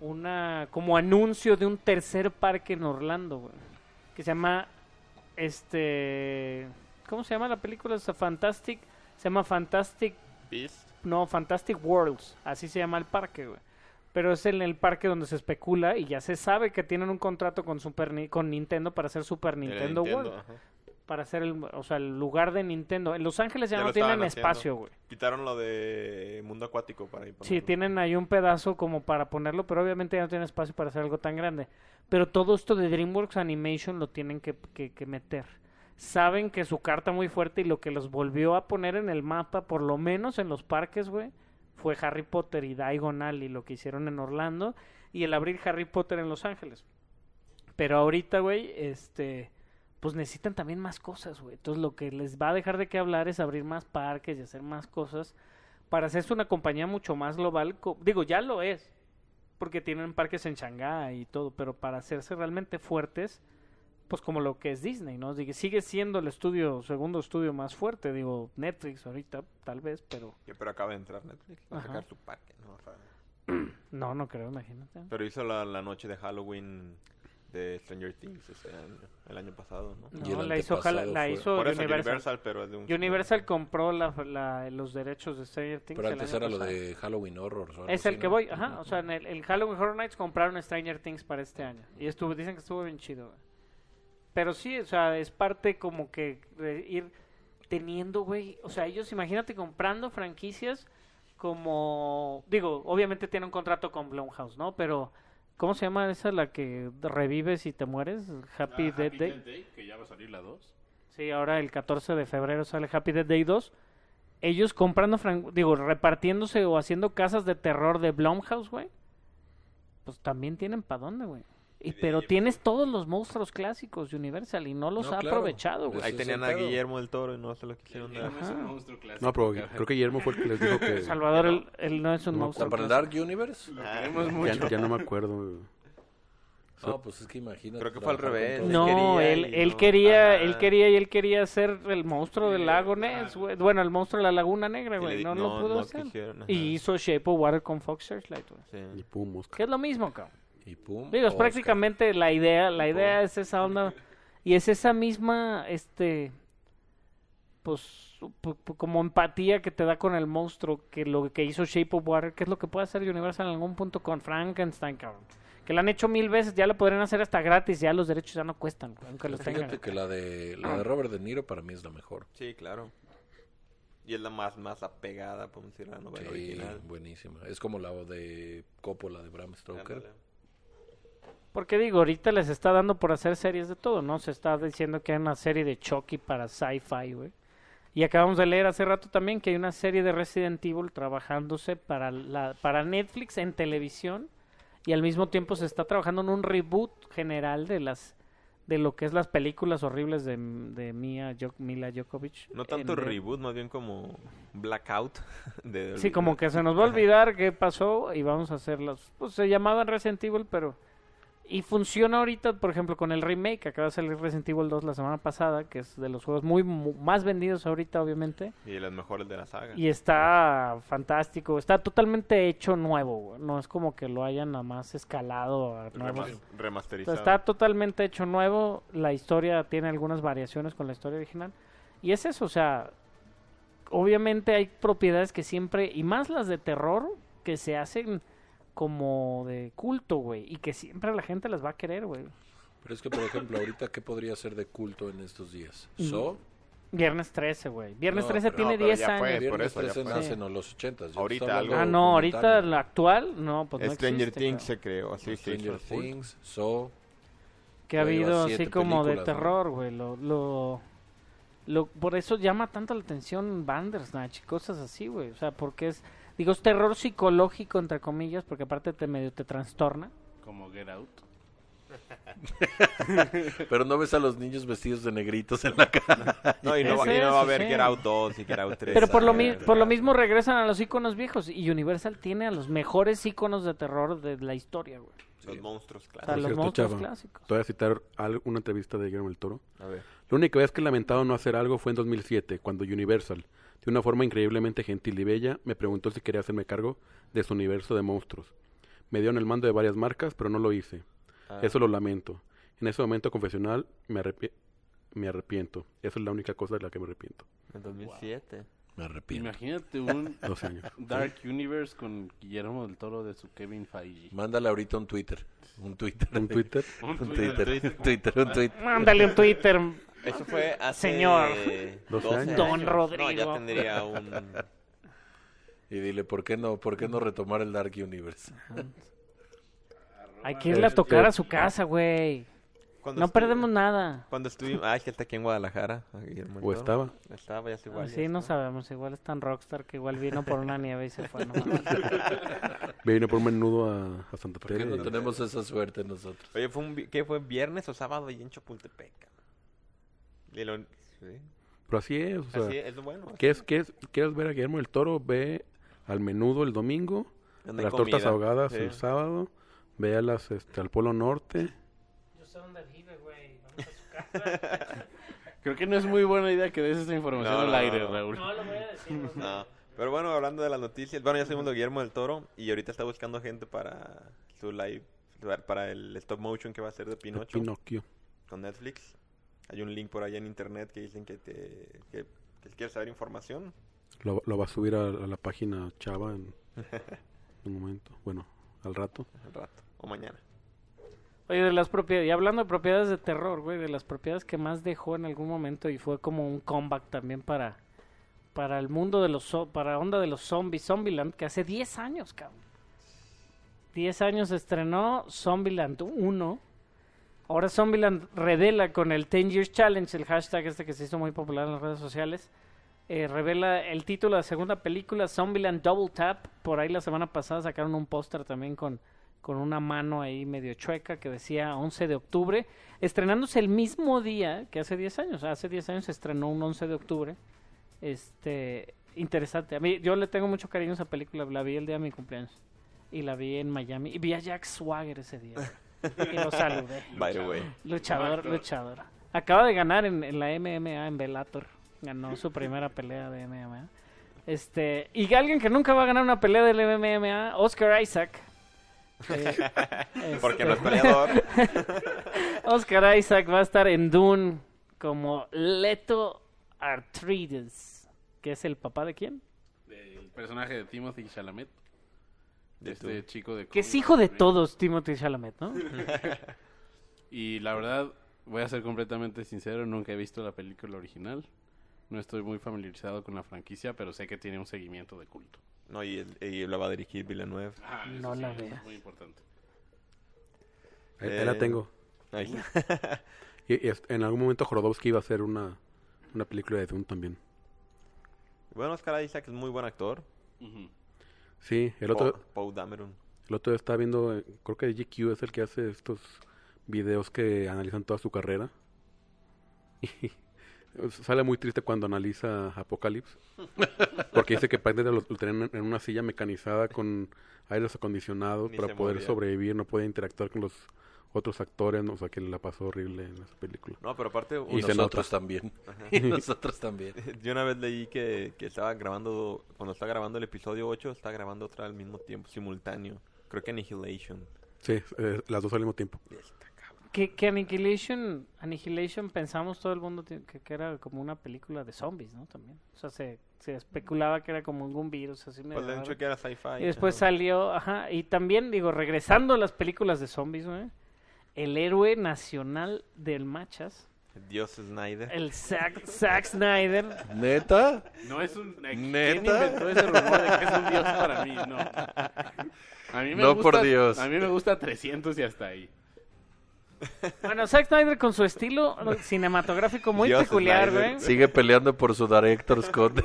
C: una, como anuncio de un tercer parque en Orlando, güey, que se llama, este, ¿cómo se llama la película? Es Fantastic, se llama Fantastic
F: Beast.
C: no, Fantastic Worlds, así se llama el parque, güey. Pero es en el parque donde se especula y ya se sabe que tienen un contrato con Super Ni- con Nintendo para hacer Super
F: El
C: Nintendo, World,
F: ajá.
C: para hacer el, o sea, el lugar de Nintendo. En Los Ángeles ya,
F: Ya
C: no
F: lo
C: tienen
F: estaban haciendo.
C: espacio, güey.
F: Quitaron lo de mundo acuático para ir
C: Sí,
F: ponerlo.
C: tienen ahí un pedazo como para ponerlo, pero obviamente ya no tienen espacio para hacer algo tan grande. Pero todo esto de DreamWorks Animation lo tienen que, que- que meter. Saben que su carta muy fuerte y lo que los volvió a poner en el mapa, por lo menos en los parques, güey, fue Harry Potter y Diagon Alley, lo que hicieron en Orlando, y el abrir Harry Potter en Los Ángeles. Pero ahorita, güey, este, pues necesitan también más cosas, güey. Entonces lo que les va a dejar de qué hablar es abrir más parques y hacer más cosas para hacerse una compañía mucho más global. co- Digo, ya lo es, porque tienen parques en Shanghái y todo, pero para hacerse realmente fuertes, pues como lo que es Disney, ¿no? Digo, sigue siendo el estudio, segundo estudio más fuerte, digo, Netflix ahorita, tal vez, pero
F: Que pero acaba de entrar Netflix. Va a
C: Ajá.
F: sacar su parque. ¿no? O sea,
C: no, no creo, imagínate.
F: pero hizo la, la noche de Halloween de Stranger Things ese año, el año pasado, ¿no?
D: Y
C: No,
D: el
C: la hizo, jala-
D: antepasado
C: la
D: fue-
C: hizo
F: Por eso Universal,
C: Universal.
F: pero es de un...
C: Universal compró la- la- los derechos de Stranger Things.
D: Pero
C: el
D: antes
C: año
D: era lo
C: pasado.
D: de Halloween Horror.
C: Es el que voy, ajá. O sea, en el, el Halloween Horror Nights compraron Stranger Things para este año. Y estuvo, dicen que estuvo bien chido. güey. Pero sí, o sea, es parte como que de ir teniendo, güey. O sea, ellos, imagínate comprando franquicias como. Digo, obviamente tiene un contrato con Blumhouse, ¿no? Pero. ¿Cómo se llama esa la que revives y te mueres? Ah, Happy Dead Day.
E: que ya va a salir la 2.
C: Sí, ahora el 14 de febrero sale Happy Death Day 2. Ellos comprando, fran- digo, repartiéndose o haciendo casas de terror de Blumhouse, güey. Pues también tienen para dónde, güey. Y,
F: Y de
C: pero
F: Guillermo.
C: tienes todos los monstruos clásicos de Universal y no los
D: No,
C: ha
D: claro.
C: aprovechado, güey.
F: Ahí
D: Ese es
F: tenían
D: el
F: a
D: pedo.
F: Guillermo del Toro y no se lo quisieron dar.
E: es un monstruo clásico.
B: No,
F: *laughs*
B: pero
E: cabrón.
B: creo que Guillermo fue el que les dijo que.
C: Salvador, él, él no es un
B: No,
D: O sea,
C: monstruo.
D: para el
C: clásico.
D: Dark Universe.
E: Lo queremos mucho.
B: Ya, ya no me acuerdo.
D: No, pues es que imagínate.
F: Creo que fue al
D: trabajar con
F: revés.
C: No,
D: todo.
F: Él quería
C: él,
F: y
C: él
F: no.
C: quería,
F: Ajá.
C: él quería y él quería ser el monstruo del
E: Sí,
C: lago
E: ajá.
C: Ness, güey. Bueno, el monstruo de la laguna negra,
F: Y le
C: güey.
F: di-
C: No, lo
F: no,
C: pudo
F: no
C: hacer.
F: quisieron, ajá.
C: Y hizo Shape of Water con Fox Searchlight, güey.
B: Y
F: Sí.
B: pum,
C: Que es lo mismo, cabrón.
D: Y pum.
C: Digo, es
D: Oscar.
C: prácticamente la idea, la idea es esa onda y es esa misma, este, pues, pu- pu- como empatía que te da con el monstruo, que lo que hizo Shape of Water, que es lo que puede hacer Universal en algún punto con Frankenstein, cabrón. Que la han hecho mil veces, ya la podrían hacer hasta gratis, ya los derechos ya no cuestan, aunque los tengan.
D: Pues Fíjate que la de, la de Robert De Niro para mí es la mejor.
F: Sí, claro. Y es la más, más apegada, podemos decir, a la novela
D: Sí,
F: original.
D: buenísima. Es como la de Coppola de Bram Stoker.
F: Ándale.
C: Porque digo, ahorita les está dando por hacer series de todo, ¿no? Se está diciendo que hay una serie de Chucky para sci-fi, güey. Y acabamos de leer hace rato también que hay una serie de Resident Evil trabajándose para, la, para Netflix en televisión y al mismo tiempo se está trabajando en un reboot general de las de lo que es las películas horribles de, de Mia Jo- Mila Djokovic.
F: No tanto
C: En-
F: reboot, más bien como blackout. *laughs* De,
C: Sí, como que se nos va a olvidar qué pasó y vamos a hacerlas. Pues se llamaban Resident Evil, pero. Y funciona ahorita, por ejemplo, con el remake. Acaba de salir Resident Evil 2 la semana pasada, que es de los juegos muy, mu- más vendidos ahorita, obviamente.
F: Y de las mejores de la saga.
C: Y está fantástico. Está totalmente hecho nuevo. güey. No es como que lo hayan nada más escalado a
F: Remas-
C: nuevos. O sea,
F: remasterizado.
C: está totalmente hecho nuevo. La historia tiene algunas variaciones con la historia original. Y es eso, o sea, obviamente hay propiedades que siempre, y más las de terror, que se hacen como de culto, güey. Y que siempre la gente las va a querer, güey.
D: Pero es que, por ejemplo, ahorita, ¿qué podría ser de culto en estos días? So,
C: Viernes 13, güey. Viernes
D: No,
C: 13
D: pero-
C: tiene
F: no, pero
C: 10
F: ya fue.
C: años.
D: Viernes
F: Eh, por eso, ya
D: 13
F: fue.
D: nacen o los 80.
F: Ahorita algo.
C: Ah, no, ahorita la actual, no, pues no
F: Stranger
C: existe,
F: Things
C: cabrón.
F: se creó así. se hizo
D: Stranger
F: full.
D: Things, So.
C: que ha
D: Ya lleva
C: habido así
D: siete
C: como de
D: películas, ¿no?
C: terror, güey. Lo, lo, lo- por eso llama tanto la atención Bandersnatch y cosas así, güey. O sea, porque es, digo, es terror psicológico, entre comillas, porque aparte te medio te trastorna.
E: Como Get Out.
D: Pero no ves a los niños vestidos de negritos en la cara.
F: No,
C: *laughs*
F: y no, va-
C: Eso
F: y no
C: es,
F: va a haber
C: sí.
F: Get Out 2 y Get Out 3.
C: Pero por lo, mi-
F: mismo
C: por lo mismo regresan a los iconos viejos. Y Universal tiene a los mejores iconos de terror de la historia, güey.
F: Los monstruos,
C: O sea,
F: claro.
B: Por
C: los
B: cierto,
C: monstruos
B: Chava,
C: clásicos.
B: Te voy a citar al- una entrevista de Guillermo el Toro.
F: A ver.
B: La única vez que he lamentado no hacer algo fue en 2007, cuando Universal, de una forma increíblemente gentil y bella, me preguntó si quería hacerme cargo de su universo de monstruos. Me dieron el mando de varias marcas, pero no lo hice.
F: Ah.
B: Eso lo lamento. En ese momento confesional me, arrepi- me arrepiento. Esa es la única cosa de la que me arrepiento.
F: En 2007.
D: Me arrepiento.
E: Imagínate
F: *laughs*
E: un
B: 12 años.
E: Dark Universe con Guillermo del Toro de su Kevin Feige.
D: Mándale ahorita un Twitter. Un Twitter.
B: En
D: *laughs*
B: Twitter.
E: Un
D: Un
E: Twitter.
D: Twitter. Un Twitter. Un Twitter.
C: Mándale un Twitter.
F: Eso fue hace...
C: Señor.
B: 12 años.
C: Don
F: No, ya
C: Rodrigo.
F: tendría un...
D: Y dile, ¿por qué no, por qué no retomar el Dark Universe?
C: Hay que
D: Este,
C: irle a tocar a su casa, güey.
F: Cuando
C: No
F: estuve-
C: perdemos nada.
F: Cuando estuvimos... Ah, es que él está aquí en Guadalajara. Guillermo del
B: O
F: Toro.
B: estaba.
F: Estaba, ya se igual.
C: Ah, Sí, no sabemos. Igual es tan rockstar que igual vino por una nieve y se fue.
D: *laughs*
C: ¿no?
B: Me vino por menudo a, a Santa
D: ¿Por qué
B: Teresa.
D: no tenemos esa suerte nosotros?
F: Oye, fue un vi- ¿qué fue? ¿Viernes o sábado ahí en Chapultepec? cabrón? Y lo- sí.
B: Pero así es. O sea,
F: Así es lo bueno.
B: ¿quieres, quieres, quieres ver a Guillermo el Toro? Ve al menudo el domingo.
F: No hay
B: las
F: comida.
B: tortas ahogadas
F: Sí.
B: el sábado. Ve a las, este, al Polo Norte.
E: Creo que no es muy buena idea que des esta información
F: No,
E: al
F: no,
E: aire,
F: no, no.
E: Raúl.
C: lo voy a decir.
F: No. Pero bueno, hablando de las noticias, bueno, ya seguimos lo de Guillermo del Toro y ahorita está buscando gente para su live, para el stop motion que va a hacer de Pinocho
B: Pinocchio.
F: con Netflix. Hay un link por allá en internet que dicen que te que, que si quieres saber información.
B: Lo, lo va a subir a, a la página Chava
F: *laughs*
B: en un momento. Bueno, al rato.
F: Al rato o mañana.
C: *laughs* Oye, de las propiedades, y hablando de propiedades de terror, güey, de las propiedades que más dejó en algún momento y fue como un comeback también para, para el mundo de los, zo- para onda de los zombies, Zombieland, que hace 10 años, cabrón. 10 años estrenó Zombieland 1. Ahora Zombieland revela con el 10 Years Challenge, el hashtag este que se hizo muy popular en las redes sociales, eh, revela el título de la segunda película, Zombieland Double Tap. Por ahí la semana pasada sacaron un póster también con, con una mano ahí medio chueca que decía 11 de octubre, estrenándose el mismo día que hace 10 años. Hace 10 años se estrenó un 11 de octubre. Este, interesante. A mí, yo le tengo mucho cariño a esa película. La vi el día de mi cumpleaños. Y la vi en Miami. Y vi a Jack Swagger ese día. y lo saludé.
F: By the
C: *laughs*
F: way.
C: Luchador, luchador. Acaba de ganar en, en la MMA en Bellator. Ganó su primera pelea de MMA. Este, y alguien que nunca va a ganar una pelea del MMA, Oscar
F: *laughs*
C: Isaac. Eh,
F: Porque
C: este,
F: no es peleador.
C: Oscar Isaac va a estar en Dune como Leto Artrides, que es el papá de quién?
E: El personaje de Timothy Chalamet.
F: De
E: este
F: tú.
E: chico de...
C: Que es hijo de todos, Timothy Chalamet, ¿no?
E: Y la verdad, voy a ser completamente sincero, nunca he visto la película original. No estoy muy familiarizado con la franquicia, pero sé que tiene un seguimiento de culto.
F: No, y, el- y lo va a dirigir Villanueva.
E: Ah, eso
C: No la
E: eso
C: veas.
E: Es muy importante.
B: Ahí, ahí la
F: Eh.
B: tengo.
C: *laughs*
F: Ahí está.
B: Y, y es- en algún momento Jorodowski iba a hacer una, una película de Dune también.
F: Bueno, Oscar Isaac es muy buen actor.
E: Ujú.
B: Sí, el
F: Poe
B: otro,
F: Poe Dameron.
B: el otro día estaba viendo, eh, creo que GQ es el que hace estos videos que analizan toda su carrera. *laughs* Y sale muy triste cuando analiza Apocalypse. Porque dice que prácticamente lo, lo tenían en una silla mecanizada con aires acondicionados
F: Ni
B: para
F: se
B: poder
F: movía.
B: sobrevivir, no podía interactuar con los otros actores, no, o sea que la pasó horrible en esa película.
F: No, pero aparte...
D: Y
F: uno-
B: se
D: nosotros también. Y nosotros también.
F: *laughs* Yo una vez leí que, que estaba grabando, cuando estaba grabando el episodio 8, estaba grabando otra al mismo tiempo, simultáneo. Creo que Annihilation.
B: Sí, eh, las dos al mismo tiempo.
C: Que, que Annihilation, Annihilation pensamos todo el mundo ti- que, que era como una película de zombies, ¿no? También. O sea, se, se especulaba que era como un virus, así medio
F: Pues le han
C: raro.
F: dicho que era sci-fi.
C: Y después
F: ajá.
C: salió, ajá, y también, digo, regresando a las películas de zombies, güey, el héroe nacional del machas,
F: Dios Snyder.
C: el Zack, Zack Snyder,
D: ¿Neta?
E: No es un... eh, ¿Quién
D: ¿Neta?
E: inventó ese rumor de que es un dios para mí? No. A mí me
D: No,
E: gusta,
D: por Dios.
E: A mí me gusta 300 y hasta ahí.
C: Bueno, Zack Snyder con su estilo cinematográfico muy
F: Dios
C: peculiar, ¿eh?
F: Snyder.
C: güey.
D: Sigue peleando por su director Scott.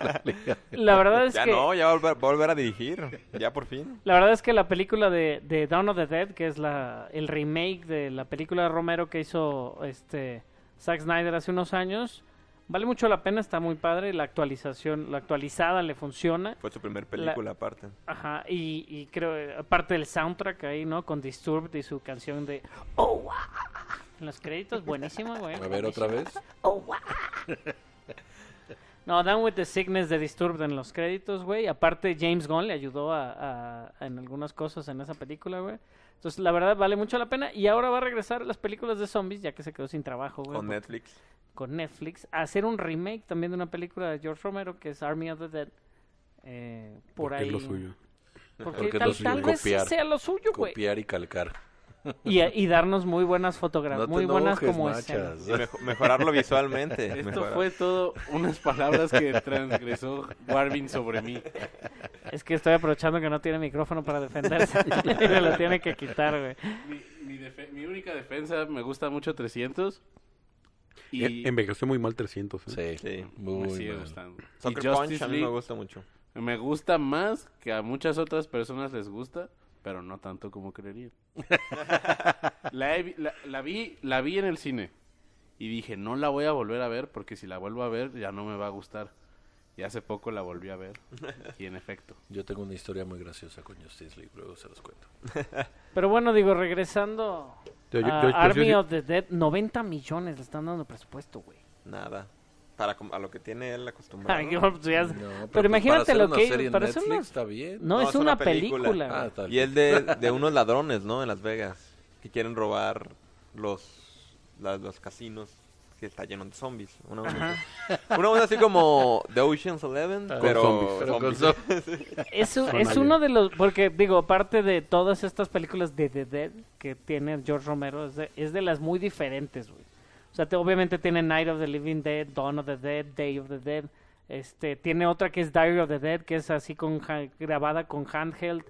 D: La liga.
C: La verdad es
F: Ya
C: que
F: no, ya va a volver, va a volver a dirigir. Ya por fin.
C: la verdad es que la película de, de Dawn of the Dead, que es la el remake de la película de Romero que hizo este Zack Snyder hace unos años, vale mucho la pena, está muy padre, la actualización, la actualizada le funciona.
F: Fue su primer película aparte.
C: Ajá, y, y creo, eh, aparte del soundtrack ahí, ¿no? Con Disturbed y su canción de Oh, wow. En los créditos, buenísima, güey.
D: A ver, otra vez.
C: Oh, wow. No, Down with the Sickness de Disturbed en los créditos, güey. Aparte, James Gunn le ayudó a, a- en algunas cosas en esa película, güey. Entonces, la verdad, vale mucho la pena. Y ahora va a regresar a las películas de zombies, ya que se quedó sin trabajo, güey.
F: Con
C: por-
F: Netflix.
C: con Netflix a hacer un remake también de una película de George Romero que es Army of the Dead. Eh, por
B: porque
C: ahí.
B: es lo suyo.
C: Porque,
D: Porque es
C: tal,
D: lo suyo,
C: tal vez sí
D: copiar.
C: sea lo suyo, güey.
D: Copiar y calcar.
C: Y, eh, y darnos muy buenas
D: No
C: fotografías,
D: te
C: muy buenas
D: enojes,
C: como escenas.
D: machas.
F: Y mejo- mejorarlo *laughs* visualmente.
E: Esto
F: mejorar.
E: fue todo unas palabras que transgresó Warvin sobre mí.
C: Es que estoy aprovechando que no tiene micrófono para defenderse. *laughs* y me lo tiene que quitar, güey.
E: Mi, mi defe- mi única defensa, me gusta mucho 300. Y
B: En- E-, Envejeció muy mal 300. ¿eh?
D: Sí.
F: Sí.
E: me
D: Muy
E: sigue
D: mal.
E: gustando. Y
F: Soccer Punch
E: Justice
F: a mí me
E: League
F: gusta mucho.
E: me gusta más que a muchas otras personas les gusta, pero no tanto como
F: *laughs*
E: creerían. la, he vi- la- la vi, la vi en el cine y dije, no la voy a volver a ver porque si la vuelvo a ver ya no me va a gustar. Y hace poco la volví a ver y en efecto.
D: Yo tengo una historia muy graciosa con Justice League, luego se los cuento.
C: Pero bueno, digo, regresando
B: Yo- yo-
C: a
D: pues,
B: yo- yo-
C: Army
B: yo-
C: of the Dead, 90 millones le están dando presupuesto, güey.
F: Nada. Para com- a lo que tiene él acostumbrado.
C: *laughs* Ay, qué obsesión.
D: No,
C: pero,
D: pues,
C: imagínate
D: para hacer
C: lo
D: una
C: que...
D: serie en
C: pero es
D: Netflix
C: una-
D: está bien.
C: No, es, una, película, güey.
D: Ah, tal.
F: Y el de, de unos ladrones, ¿no? En Las Vegas. Que quieren robar los, la- los casinos que está lleno de zombies. Una onda, así. Una onda así como The Ocean's Eleven,
B: Con
F: pero,
B: zombies.
D: Pero con
F: zombies.
D: so-
C: Es, u-
B: Son
C: es
B: aliens.
C: uno de los, porque digo, aparte de todas estas películas de The Dead que tiene George Romero, es de, es de las muy diferentes, güey. O sea, te- obviamente tiene Night of the Living Dead, Dawn of the Dead, Day of the Dead. Este, tiene otra que es Diary of the Dead, que es así con ha- grabada con handheld.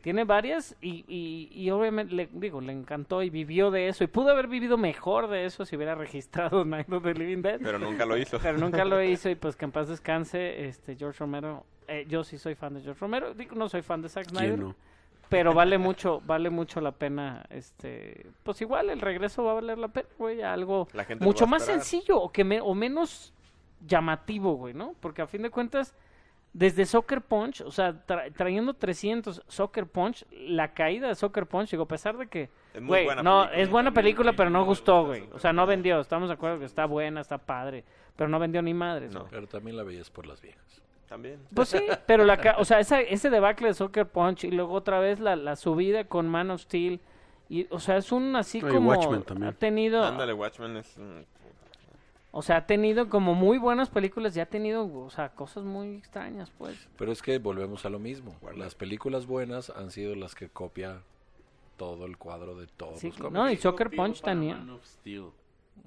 C: Tiene varias y, y, y obviamente, le, digo, le encantó y vivió de eso. Y pudo haber vivido mejor de eso si hubiera *laughs* registrado Night of the Living Dead.
F: Pero nunca lo hizo.
C: Pero nunca lo hizo y pues que en paz descanse, este George Romero. eh, yo sí soy fan de George Romero, digo, no soy fan de Zack Snyder,
B: ¿Quién no?
C: pero vale mucho, vale mucho la pena, este, pues igual el regreso va a valer la pena, güey, a algo
F: La gente lo
C: mucho
F: va a
C: más
F: esperar.
C: sencillo o que me, o menos llamativo, güey, ¿no? Porque a fin de cuentas desde Soccer Punch, o sea, tra- trayendo 300 Soccer Punch, la caída de Soccer Punch, digo, a pesar de que
F: Es muy
C: Güey,
F: buena
C: no,
F: película.
C: es buena
F: A mí-
C: película,
F: a mí
C: pero no
F: me
C: gustó,
F: gusta
C: güey.
F: Soccer
C: O sea, no
F: Punch.
C: vendió. Estamos de acuerdo que está buena, está padre, pero no vendió ni madres.
F: No.
C: güey.
D: Pero también la veías por las viejas.
F: También.
C: Pues sí, pero la, ca- o sea, esa- ese debacle de Soccer Punch y luego otra vez la, la subida con Man of Steel y, o sea, es un así
B: No, y
C: como
B: Watchmen también.
C: ha tenido,
F: Ándale, Watchmen es... un-
C: o sea, ha tenido como muy buenas películas y ha tenido, o sea, cosas muy extrañas, pues.
D: Pero es que volvemos a lo mismo. Las películas buenas han sido las que copia todo el cuadro de todos
C: Sí,
D: los cómics.
C: no, y Soccer Punch
E: Para
C: tenía.
E: Man of Steel.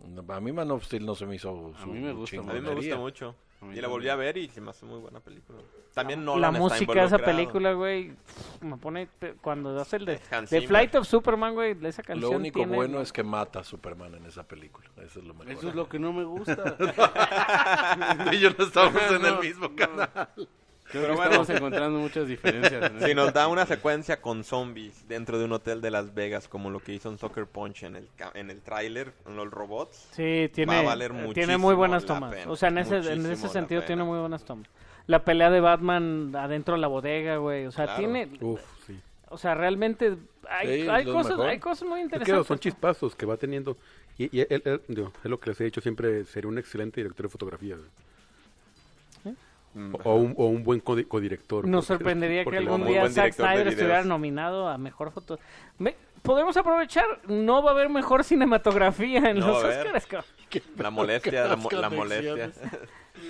D: No, A mí Man of Steel no se me hizo
E: A
D: su
E: mí me gusta
F: A mí me
D: chingonería.
F: gusta mucho.
E: A mí
F: Y la volví
E: también.
F: a ver y se me hace muy buena película. También no
C: la música de esa
F: *laughs*
C: película, güey, pff, me pone pe- cuando hace el de,
F: Es Hans
C: de
F: Zimmer.
C: Flight of Superman, güey, esa
D: Lo
C: canción
D: único
C: tiene-
D: bueno es que mata a Superman en esa película. Eso es lo mejor.
E: Eso es lo que no
F: *laughs*
E: me gusta.
D: Tú y yo no estamos en el
E: No,
D: mismo canal.
E: Creo
F: Pero
E: que
F: bueno.
E: estamos encontrando muchas diferencias. en
F: Si
E: este
F: nos da una secuencia con zombies dentro de un hotel de Las Vegas, como lo que hizo en Soccer Punch en el, ca- en el tráiler, con los robots.
C: Sí, tiene,
F: Va a valer
C: eh, tiene
F: muchísimo
C: muy buenas
F: la
C: tomas.
F: pena,
C: O sea, en ese, en
F: muchísimo
C: ese
F: la
C: sentido tiene
F: pena.
C: muy buenas tomas. La pelea de Batman adentro de la bodega, güey. O sea,
F: Claro.
C: tiene.
B: Uf, sí.
C: O sea, realmente hay,
D: Sí,
C: hay
D: lo
C: cosas,
D: mejor.
C: hay cosas muy
B: Es que digo,
C: interesantes.
B: son chispazos que va teniendo. Y, y él- él, digo, es lo que les he dicho siempre, sería un excelente director de fotografía. güey.
F: Mm,
B: O, o un, o un buen codi- codirector.
C: Nos
B: porque-
C: sorprendería que
B: porque le
C: algún
B: va muy
C: día
F: buen
C: Zack
F: director de
C: Snyder
F: videos.
C: estuviera nominado a mejor foto. Me- Podemos aprovechar, no va a haber mejor cinematografía en
F: No
C: los
F: va a haber.
C: Oscars. cabrón.
F: La molestia, la, mo-
D: Las
F: la molestia.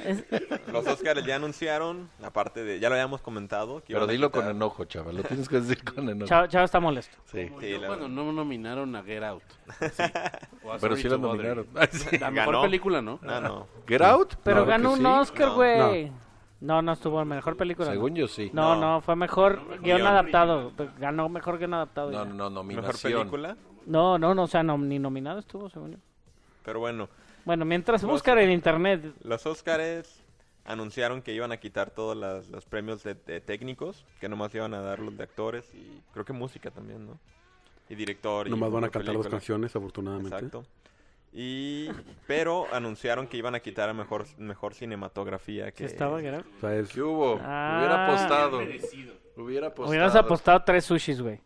C: Es-
F: Los Oscars ya anunciaron, aparte de, ya lo habíamos comentado.
D: *laughs*
F: que
D: Pero
F: iban a
D: dilo con
F: quitar-
D: enojo, chaval. Lo tienes que decir con enojo.
C: Chao, Chao está molesto.
D: Sí.
E: Como
F: Sí,
E: yo
F: la
E: cuando
F: verdad.
E: no nominaron a
F: *laughs*
E: Get Out. así, o a
D: Pero
E: Sorry
D: sí
E: to
D: la
E: Bother
D: nominaron.
E: You.
D: *laughs* Ay, sí.
E: La mejor
F: Ganó.
E: película, ¿no?
F: Ah, No, no.
D: Get Out.
C: Pero
D: Claro
C: ganó un
D: que sí.
C: Oscar,
F: No.
C: güey. No. no, estuvo en mejor película. no.
D: Según yo sí.
C: No, no,
F: No.
C: fue mejor guión
F: Guión.
C: adaptado. Ganó mejor guión adaptado. ya.
D: No, no, no,
F: Mejor
D: nominación.
F: película.
C: No, no, no, o sea, no- ni nominado estuvo, según yo.
F: Pero bueno,
C: Bueno, mientras
F: No,
C: buscan en internet,
F: los Oscars anunciaron que iban a quitar todos las- los premios de, de técnicos, que nomás iban a dar los de actores y creo que música también, ¿no? Y director. y
B: Nomás van a
F: mejor
B: cantar las
F: película.
B: canciones, ¿eh? afortunadamente.
F: Exacto. Y pero anunciaron que iban a quitar a mejor mejor cinematografía que
C: se estaba gra-
B: O sea, es-
G: ¿Qué hubo?
C: Ah.
G: Hubiera apostado.
E: Merecido.
G: Hubiera
D: pues,
G: apostado.
C: hubieras apostado tres sushis, güey.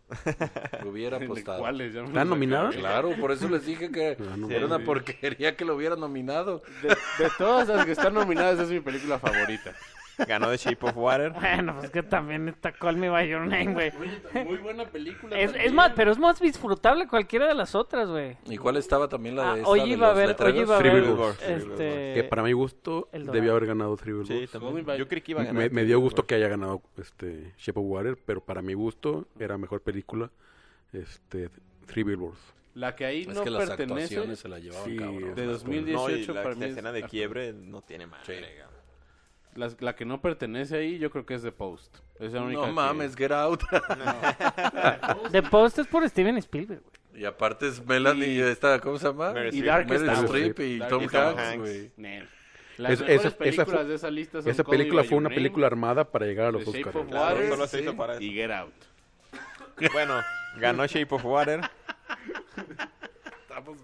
D: Hubiera apostado.
E: ¿Cuáles? Ya me
B: ¿Está
E: los
B: nominada?
E: acabé.
D: Claro, por eso les dije que
B: Ah, no
D: era una
E: mames.
D: porquería que lo hubiera nominado.
E: De, de todas las que están nominadas, esa es mi película favorita.
F: ganó The Shape of
E: *laughs*
F: Water.
C: Bueno, pues que también está Call Me By Your Name, güey.
E: Muy buena película.
C: Es, es más, pero es más disfrutable cualquiera de las otras, güey.
D: ¿Y cuál estaba también la
C: Ah,
D: de esta,
C: hoy
D: de
C: iba a
D: los
C: ver, hoy
D: letreros?
C: iba a
F: Three
C: ver,
F: Billboards.
B: que
C: este...
B: para mi gusto
C: El
B: debió
C: Dorado.
B: haber ganado Three Billboards.
F: Sí, también. Yo creí que iba a ganar.
B: me, me dio gusto que haya ganado este Shape of Water, pero para mi gusto era mejor película este Three Billboards.
E: La que ahí
D: Es
E: no
D: que las
E: pertenece.
D: actuaciones se la llevaban
B: Sí,
D: cabrón.
E: De
F: No,
E: 2018
F: y la,
E: para
F: la
E: mí es-
F: escena de quiebre no tiene más.
D: Sí.
E: las- la que no pertenece ahí, yo creo que es The Post. Es la única
D: No
E: que-
D: mames,
C: *laughs*
D: get out.
C: The Post es por Steven Spielberg, güey.
D: y aparte es Melanie, esta, ¿cómo se llama?
F: Meryl
E: Y
F: Streep.
E: Dark
D: Meryl
E: está, güey.
D: Streep y
E: Dark
D: Tom
F: y Tom
D: Hanks,
F: Hanks.
D: güey.
E: Nel. Las
B: Es-
E: mejores
B: esa- esa
E: películas
B: fue-
E: de esa lista son
B: Esa
E: Call Me
B: película
E: By
B: fue
E: Your
B: una
E: Name,
B: película armada para llegar a los
E: The Shape
B: Oscars.
E: of
F: Claro,
E: Water
F: solo se hizo para
E: y
F: eso.
E: Get Out.
F: Bueno, ganó Shape of Water.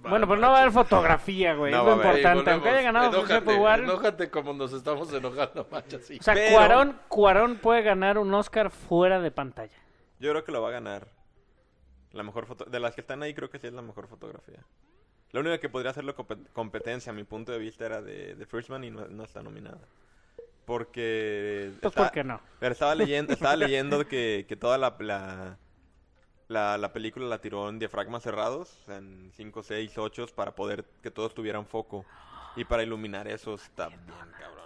C: Bueno, pero no va a haber fotografía, güey.
F: No
C: es
F: va
C: lo
F: a haber,
D: Ey,
C: importante.
D: volvemos.
C: Aunque haya ganado pues, por
D: Enójate,
C: Shape of Water.
D: Enójate como nos estamos enojando, *laughs* macho, sí.
C: O sea,
F: Pero-
C: Cuarón, Cuarón puede ganar un Oscar fuera de pantalla.
F: Yo creo que lo va a ganar. La mejor foto de las que están ahí creo que sí es la mejor fotografía. La única que podría hacerlo compe- competencia a mi punto de vista era de, de Firstman y no, no está nominada. Porque
C: Pues,
F: está-
C: ¿por qué no?
F: pero estaba leyendo, estaba leyendo que, que toda la, la, la, la película la tiró en diafragmas cerrados, o sea, en 5, 6, 8 para poder que todos tuvieran foco. Y para iluminar eso está bien, cabrón.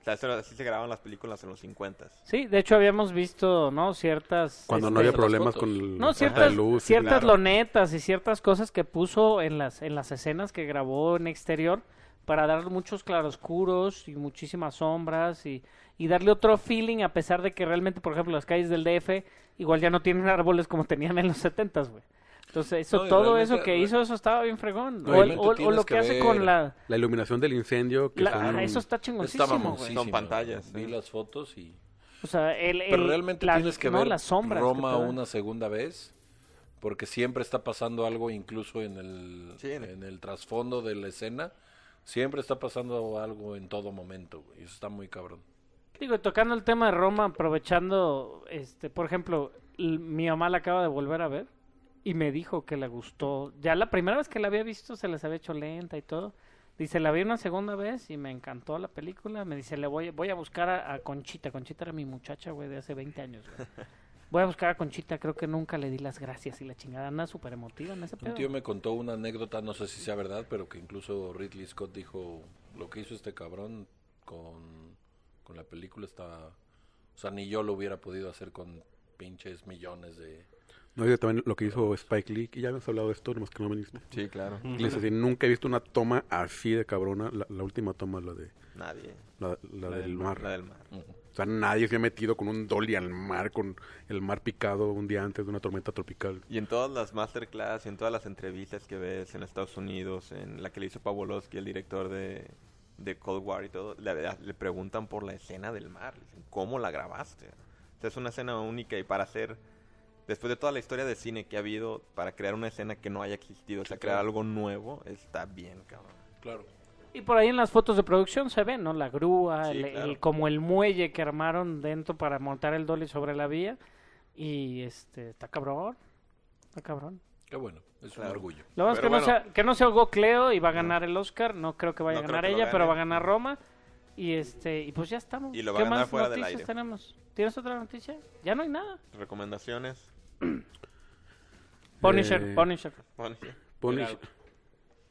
F: O sea, eso era- así se graban las películas en los 50.
C: Sí, de hecho habíamos visto, ¿no? Ciertas...
B: Cuando no
C: este,
B: había problemas
D: fotos.
B: con el,
C: No,
B: la
C: ciertas,
B: luz. y-
C: ciertas
F: claro.
C: lonetas y ciertas cosas que puso en las, en las escenas que grabó en exterior para dar muchos claroscuros y muchísimas sombras y, y darle otro feeling a pesar de que realmente, por ejemplo, las calles del DF igual ya no tienen árboles como tenían en los 70 güey. Entonces, eso,
D: No, y
C: todo
D: realmente-
C: eso que hizo, eso estaba bien fregón.
D: No,
C: o, el-
D: realmente
C: o- o
D: tienes
C: lo
D: que
C: que, hace
D: ver
C: con la...
B: La iluminación del incendio. Que
C: la- ah,
B: son-
C: eso está
D: Estaba
C: chingoncísimo, güey.
D: mamoncísimo,
F: Son pantallas,
D: güey. Vi
F: sí.
D: las fotos y...
C: O sea, el,
D: Pero
C: el-
D: realmente
C: las-
D: tienes que
C: no,
D: ver
C: las sombras que
D: Roma
C: te dan.
D: una segunda vez, porque siempre está pasando algo incluso en el,
F: Sí, en
D: en
F: el-
D: el trasfondo de la escena. Siempre está pasando algo en todo momento, güey. Eso está muy cabrón.
C: Digo, y tocando el tema de Roma, aprovechando, este, por ejemplo, l- mi mamá la acaba de volver a ver y me dijo que le gustó. Ya la primera vez que la había visto se les había hecho lenta y todo. Dice, la vi una segunda vez y me encantó la película. Me dice, le voy, voy a buscar a, a Conchita. Conchita era mi muchacha, güey, de hace 20 años, güey. Voy a buscar a Conchita, creo que nunca le di las gracias y la chingada. Anda súper emotiva en ese
D: Un tío
C: pedo.
D: me contó una anécdota, no sé si sea verdad, pero que incluso Ridley Scott dijo, lo que hizo este cabrón con, con la película está... O sea, ni yo lo hubiera podido hacer con pinches millones de...
B: No, y también lo que hizo Spike Lee, que ya habíamos hablado de esto, nomás que no veniste.
F: Sí, claro.
B: Les decía, nunca he visto una toma así de cabrona. La, la última toma, la de
F: Nadie.
B: la, la
F: La
B: del mar.
F: La del mar.
B: O sea, nadie se ha metido con un dolly al mar, con el mar picado un día antes de una tormenta tropical.
F: Y en todas las masterclass, y en todas las entrevistas que ves en Estados Unidos, en la que le hizo Pavlovsky, el director de, de Cold War y todo, le, le preguntan por la escena del mar. le dicen, ¿Cómo la grabaste? O sea, es una escena única y para hacer, después de toda la historia de cine que ha habido, para crear una escena que no haya existido, o sea, crear algo nuevo, está bien, cabrón.
D: Claro.
C: Y por ahí en las fotos de producción se ve, ¿no? La grúa,
F: Sí,
C: el- el-
F: claro.
C: como el muelle que armaron dentro para montar el dolly sobre la vía. Y este, está cabrón. Está cabrón.
D: Qué bueno, es
F: Claro.
D: un orgullo.
C: Lo más que,
F: Pero
C: no
F: bueno.
C: sea- que no se ahogó Cleo y va a ganar el Oscar. No creo que vaya a
F: No creo
C: ganar
F: que lo
C: ella, pero
F: gane.
C: va a ganar Roma. Y este y pues ya estamos.
F: Y lo va a
C: ¿Qué
F: ganar
C: más
F: fuera del
C: noticias
F: aire.
C: tenemos? ¿Tienes otra noticia? Ya no hay nada.
F: Recomendaciones.
C: Punisher,
B: Eh,
C: Punisher.
F: Bueno,
B: Punish-
F: eh,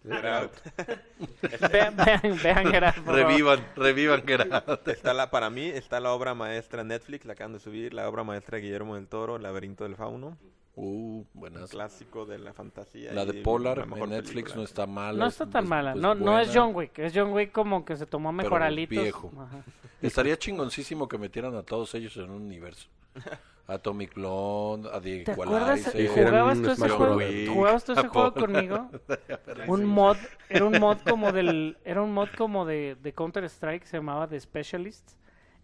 C: *laughs* Vean, vean, vean Get Out, por favor.
G: Revivan, revivan, que era.
F: Está la, para mí está la obra maestra Netflix, la acaban de subir, la obra maestra de Guillermo del Toro, El laberinto del fauno.
D: Uh,
F: Un
D: buenas.
F: clásico de la fantasía.
D: La
F: y
D: de Polar
F: la
D: en
F: mejor
D: Netflix
F: película.
D: no está mala.
C: No
D: es-
C: está tan
D: es-
C: mala.
D: pues,
C: No, no es
D: buena.
C: John Wick. Es John Wick como que se tomó
D: Pero
C: mejoralitos.
D: viejo.
C: Ajá.
F: *laughs*
D: Estaría chingoncísimo que metieran a todos ellos en un universo. Atomic Blonde, a The
C: ¿Te acuerdas?
D: Equalizer.
B: Hicieron
C: ¿Jugabas
B: un
C: tú ese
B: Smash
C: juego?
B: Bros. Ah, *laughs*
C: ¿Jugabas tú ese juego
G: Japón.
C: conmigo? Un mod, era un mod
B: *laughs*
C: como del, era un mod como de, de Counter Strike, se llamaba The Specialist.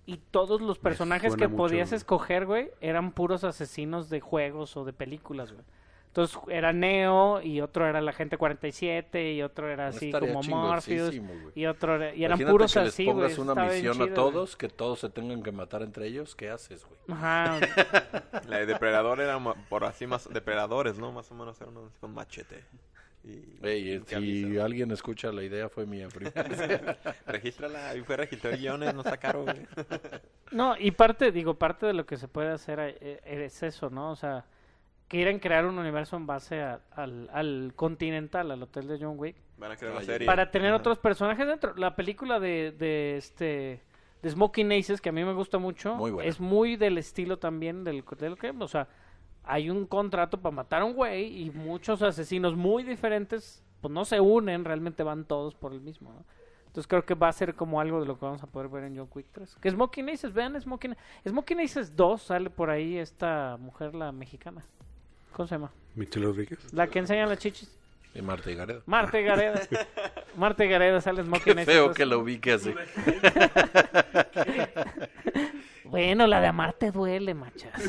C: Y todos los personajes
B: suena
C: que
B: mucho.
C: podías escoger, güey, eran puros asesinos de juegos o de películas, güey. Entonces era Neo y otro era la gente 47 y otro era así
D: Estaría
C: como Morpheus
D: chingosísimo, güey.
C: y otro era- y eran
D: Imagínate
C: puros
D: que
C: así,
D: les
C: güey.
D: pongas una
C: estaba bien
D: misión
C: chido,
D: a todos, que todos se tengan que matar entre ellos, ¿qué haces, güey?
C: güey. Ajá.
F: La de depredador era ma- por así más depredadores, ¿no? Más o menos era uno así con machete. Y
D: Ey, eh, si
F: ¿Qué aviso?
D: alguien escucha la idea fue
F: *laughs*
D: mía, primo.
F: regístrala, y fue registrar guiones, no sacaron, güey.
C: No, y parte, digo, parte de lo que se puede hacer eh, eh, es eso, ¿no? O sea, quieren crear un universo en base a- al, al Continental, al hotel de John Wick,
F: Van a crear la
D: Ay,
F: serie.
C: para tener
F: Ajá.
C: otros personajes dentro. La película de, de este de Smoking Aces, que a mí me gusta mucho,
D: Muy buena.
C: es muy del estilo también del, del que, o sea, hay un contrato para matar a un güey y muchos asesinos muy diferentes, pues no se unen, realmente van todos por el mismo, ¿no? Entonces creo que va a ser como algo de lo que vamos a poder ver en John Wick 3. Que Smoking Aces, vean Smoking Smoking Aces 2 sale por ahí esta mujer, la mexicana. ¿Cómo se llama?
B: Michelle Rodríguez.
C: La que enseña las chichis.
D: Y Marta y Gareda.
C: Marte
B: *laughs*
C: Gareda. Marte Gareda sale
G: Qué
C: Smoking Aces.
G: feo
C: 2.
G: que lo ubique así.
C: Bueno, la de amarte duele, machas.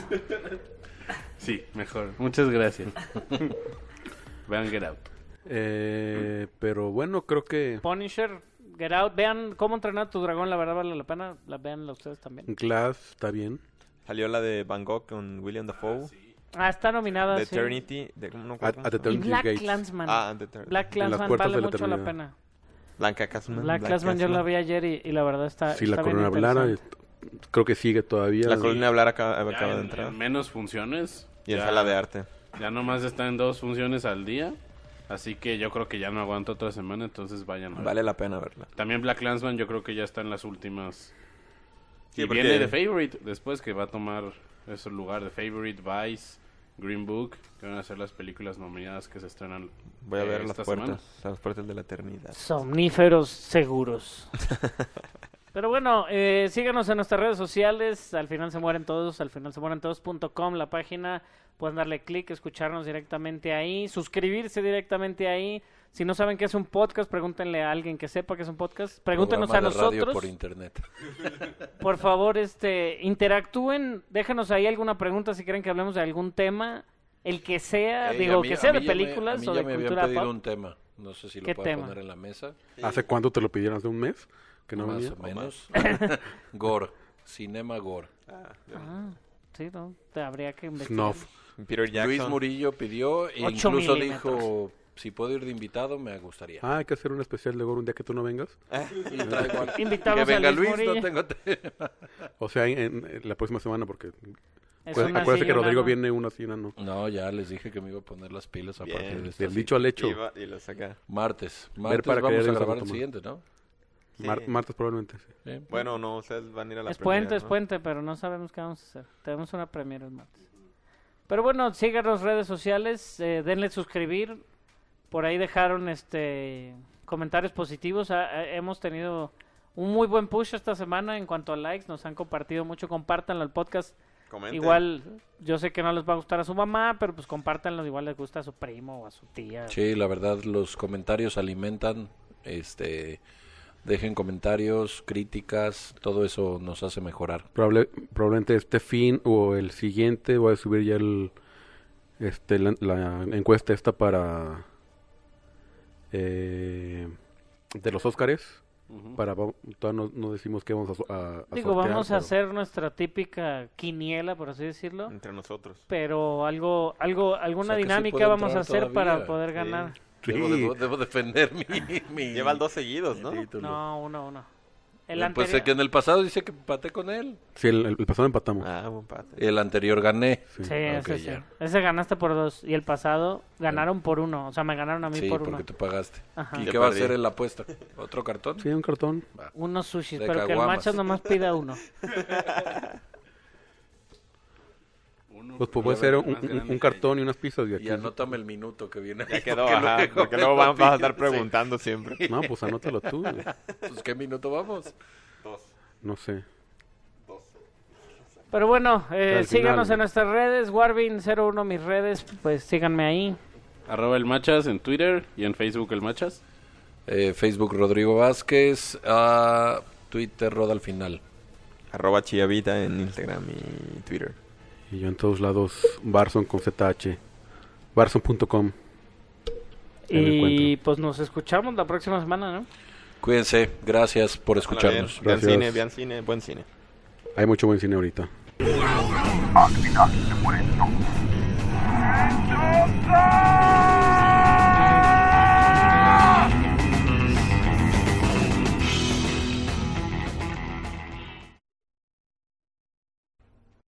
E: Sí, mejor. Muchas gracias. *laughs* Vean Get Out.
B: Eh, pero bueno, creo que
C: Punisher, Get Out. Vean cómo entrenar a tu dragón, la verdad vale la pena. La vean ustedes también.
B: Glass está bien.
F: Salió la de Van Gogh con William Dafoe.
C: Ah, está nominada.
F: The
C: sí.
F: Eternity. De, no, me
B: At-
F: acuerdo cómo
B: At
F: se
B: the
C: Y
F: llama.
B: Eternity
C: Black
B: Gates.
C: Clansman.
F: Ah, The Eternity.
C: Black
B: En las
C: Clansman
B: puertas
C: vale
B: de la
C: mucho la
B: eternidad. Mm,
C: pena.
F: Blanca Casman.
C: Black Clansman yo la vi ayer y, y la verdad está.
B: Si la
C: Ah, está bien
B: corona hablara,
C: interesante.
B: est- creo que sigue todavía.
F: La columna hablar acaba,
E: Ya
F: acaba de
E: en-
F: entrar.
E: en menos funciones.
F: Y en
E: ya-
F: sala de arte.
E: Ya nomás está en dos funciones al día. Así que yo creo que ya no aguanto otra semana, entonces vayan a ver.
F: Vale la pena verla.
E: También Black Landsman yo creo que ya está en las últimas.
F: Sí,
E: y
F: porque-
E: viene The Favorite después que va a tomar ese lugar. The Favorite, Vice, Green Book, que van a ser las películas nominadas que se estrenan.
F: Voy a
E: eh,
F: ver las
E: esta
F: puertas.
E: semana.
F: Las puertas de la eternidad.
C: Somníferos seguros. Pero bueno, eh, síganos en nuestras redes sociales. Al final se mueren todos. Al final se mueren todos.com, la página. Pueden darle clic, escucharnos directamente ahí, suscribirse directamente ahí. Si no saben qué es un podcast, pregúntenle a alguien que sepa qué es un podcast. Pregúntenos a
D: Programa de radio
C: nosotros.
D: por internet.
C: Por favor, este, interactúen, déjanos ahí alguna pregunta si quieren que hablemos de algún tema, el que sea,
D: Ey, a
C: digo,
D: mí-
C: que
D: a
C: sea
D: mí
C: de
D: ya me-
C: películas
D: a mí
C: o
D: ya
C: de
D: me habían
C: cultura
D: pedido
C: pop.
D: un tema. No sé si lo
C: ¿Qué
D: puedo
C: tema?
D: poner en la mesa.
B: ¿Hace cuánto te lo pidieron? ¿Hace un mes? Que no
D: más
B: venía.
C: *laughs*
D: o menos. gore. Cinema Gore.
C: Ah, sí, no, te habría que investigar.
B: Snuff.
F: Peter Jackson.
D: Luis Murillo pidió e
C: Ocho
D: incluso
C: milímetros.
D: dijo, si puedo ir de invitado, me
C: *laughs*
D: gustaría.
B: Ah, hay que hacer un especial de Gore un día que tú no vengas.
D: Y traigo al-
C: Invitamos
G: Que venga
C: a Luis,
G: Luis, no
C: Murillo.
D: *laughs*
G: tengo tema.
B: O sea, en, en la próxima semana, porque
C: Es
B: acuérdate-
C: una
B: acuérdate
C: sí,
B: que
C: una
B: Rodrigo
C: no.
B: viene una así, una no.
D: No, ya les dije que me iba a poner las pilas a
F: Bien,
D: partir de esta
B: Del
D: cita.
B: dicho al hecho.
F: Iba y lo saca.
D: Martes. Martes
B: para
D: vamos
B: creer
D: a
B: en
D: grabar
B: Santo
D: el
B: Tomás.
D: siguiente, ¿no?
B: Mar-
F: Sí.
B: martes probablemente. sí.
D: Sí.
F: Bueno, no, ustedes van a ir a la
C: Es puente,
F: premiere,
C: es
F: ¿no?
C: puente, pero no sabemos qué vamos a hacer. Tenemos una premiere el martes. Pero bueno, síganos redes sociales, eh, denle suscribir. Por ahí dejaron este comentarios positivos. Ah, ah, hemos tenido un muy buen push esta semana en cuanto a likes. Nos han compartido mucho. Compártanlo al podcast.
F: Comenten.
C: Igual, yo sé que no les va a gustar a su mamá, pero pues compártanlo. Igual les gusta a su primo o a su tía.
D: Sí, la verdad, los comentarios alimentan. Este, dejen comentarios, críticas, todo eso nos hace mejorar.
B: Probable- probablemente este fin o el siguiente voy a subir ya el, este, la, la encuesta esta para eh, de los Óscares. Para va- todavía no, no decimos qué vamos a, so- a- a
C: Digo,
B: sortear,
C: vamos a
B: pero-
C: hacer nuestra típica quiniela, por así decirlo.
F: Entre nosotros.
C: pero algo, algo, alguna
D: O sea, que sí
C: dinámica
D: puede
C: vamos a
D: entrar
C: hacer para
D: todavía.
C: poder
F: Sí.
C: ganar.
B: Sí.
G: Debo, debo- debo defender
F: *laughs*
G: mi, mi
F: Lleva dos seguidos, ¿no?
G: título.
C: No, uno, uno. El
D: Eh, Pues eh,
C: anterior-
D: que en el pasado dice que empaté con él.
B: Sí, el, el- el pasado empatamos.
F: Ah, buen pate.
D: El anterior gané.
C: Sí, ese
D: Ah, ok,
C: sí.
D: ya.
C: Ese ganaste por dos. Y el pasado ganaron por uno. O sea, me ganaron a mí
D: Sí,
C: por
D: porque
C: uno.
D: tú pagaste.
C: Ajá.
D: ¿Y
G: Yo
D: qué va a
G: perdí.
D: ser en la apuesta? ¿Otro cartón?
B: Sí, un cartón.
C: Unos sushis,
D: De
C: pero que el
D: caguamas.
C: macho nomás pida
D: *laughs*
C: uno.
B: Pues, pues puede ser un, un- un cartón y unas pizzas. Y aquí.
D: Y anótame el minuto que viene.
F: Ya quedó,
G: Porque
F: ajá.
G: luego-
F: porque luego van- vas a *laughs* estar
G: Sí.
F: preguntando siempre.
B: No, pues anótalo tú. güey.
D: Pues, ¿qué minuto vamos?
B: No sé.
C: Pero bueno, eh,
B: Al final,
C: síganos
B: güey.
C: en nuestras redes, Warvin01 mis redes, pues síganme ahí.
E: Arroba el Machas en Twitter y en Facebook el Machas.
D: Eh, Facebook Rodrigo Vázquez, ah, Twitter Roda al final.
F: Arroba Chiavita en Instagram y Twitter.
B: Y yo en todos lados, Barson con ZH. Barson.com. Ahí me
C: Y
B: encuentro.
C: pues nos escuchamos la próxima semana, ¿no?
D: Cuídense, gracias por escucharnos.
F: Vean- Vean
B: Gracias.
F: cine, vean cine, buen cine.
B: Hay mucho buen cine ahorita.
A: Agni Daki se mueren todos.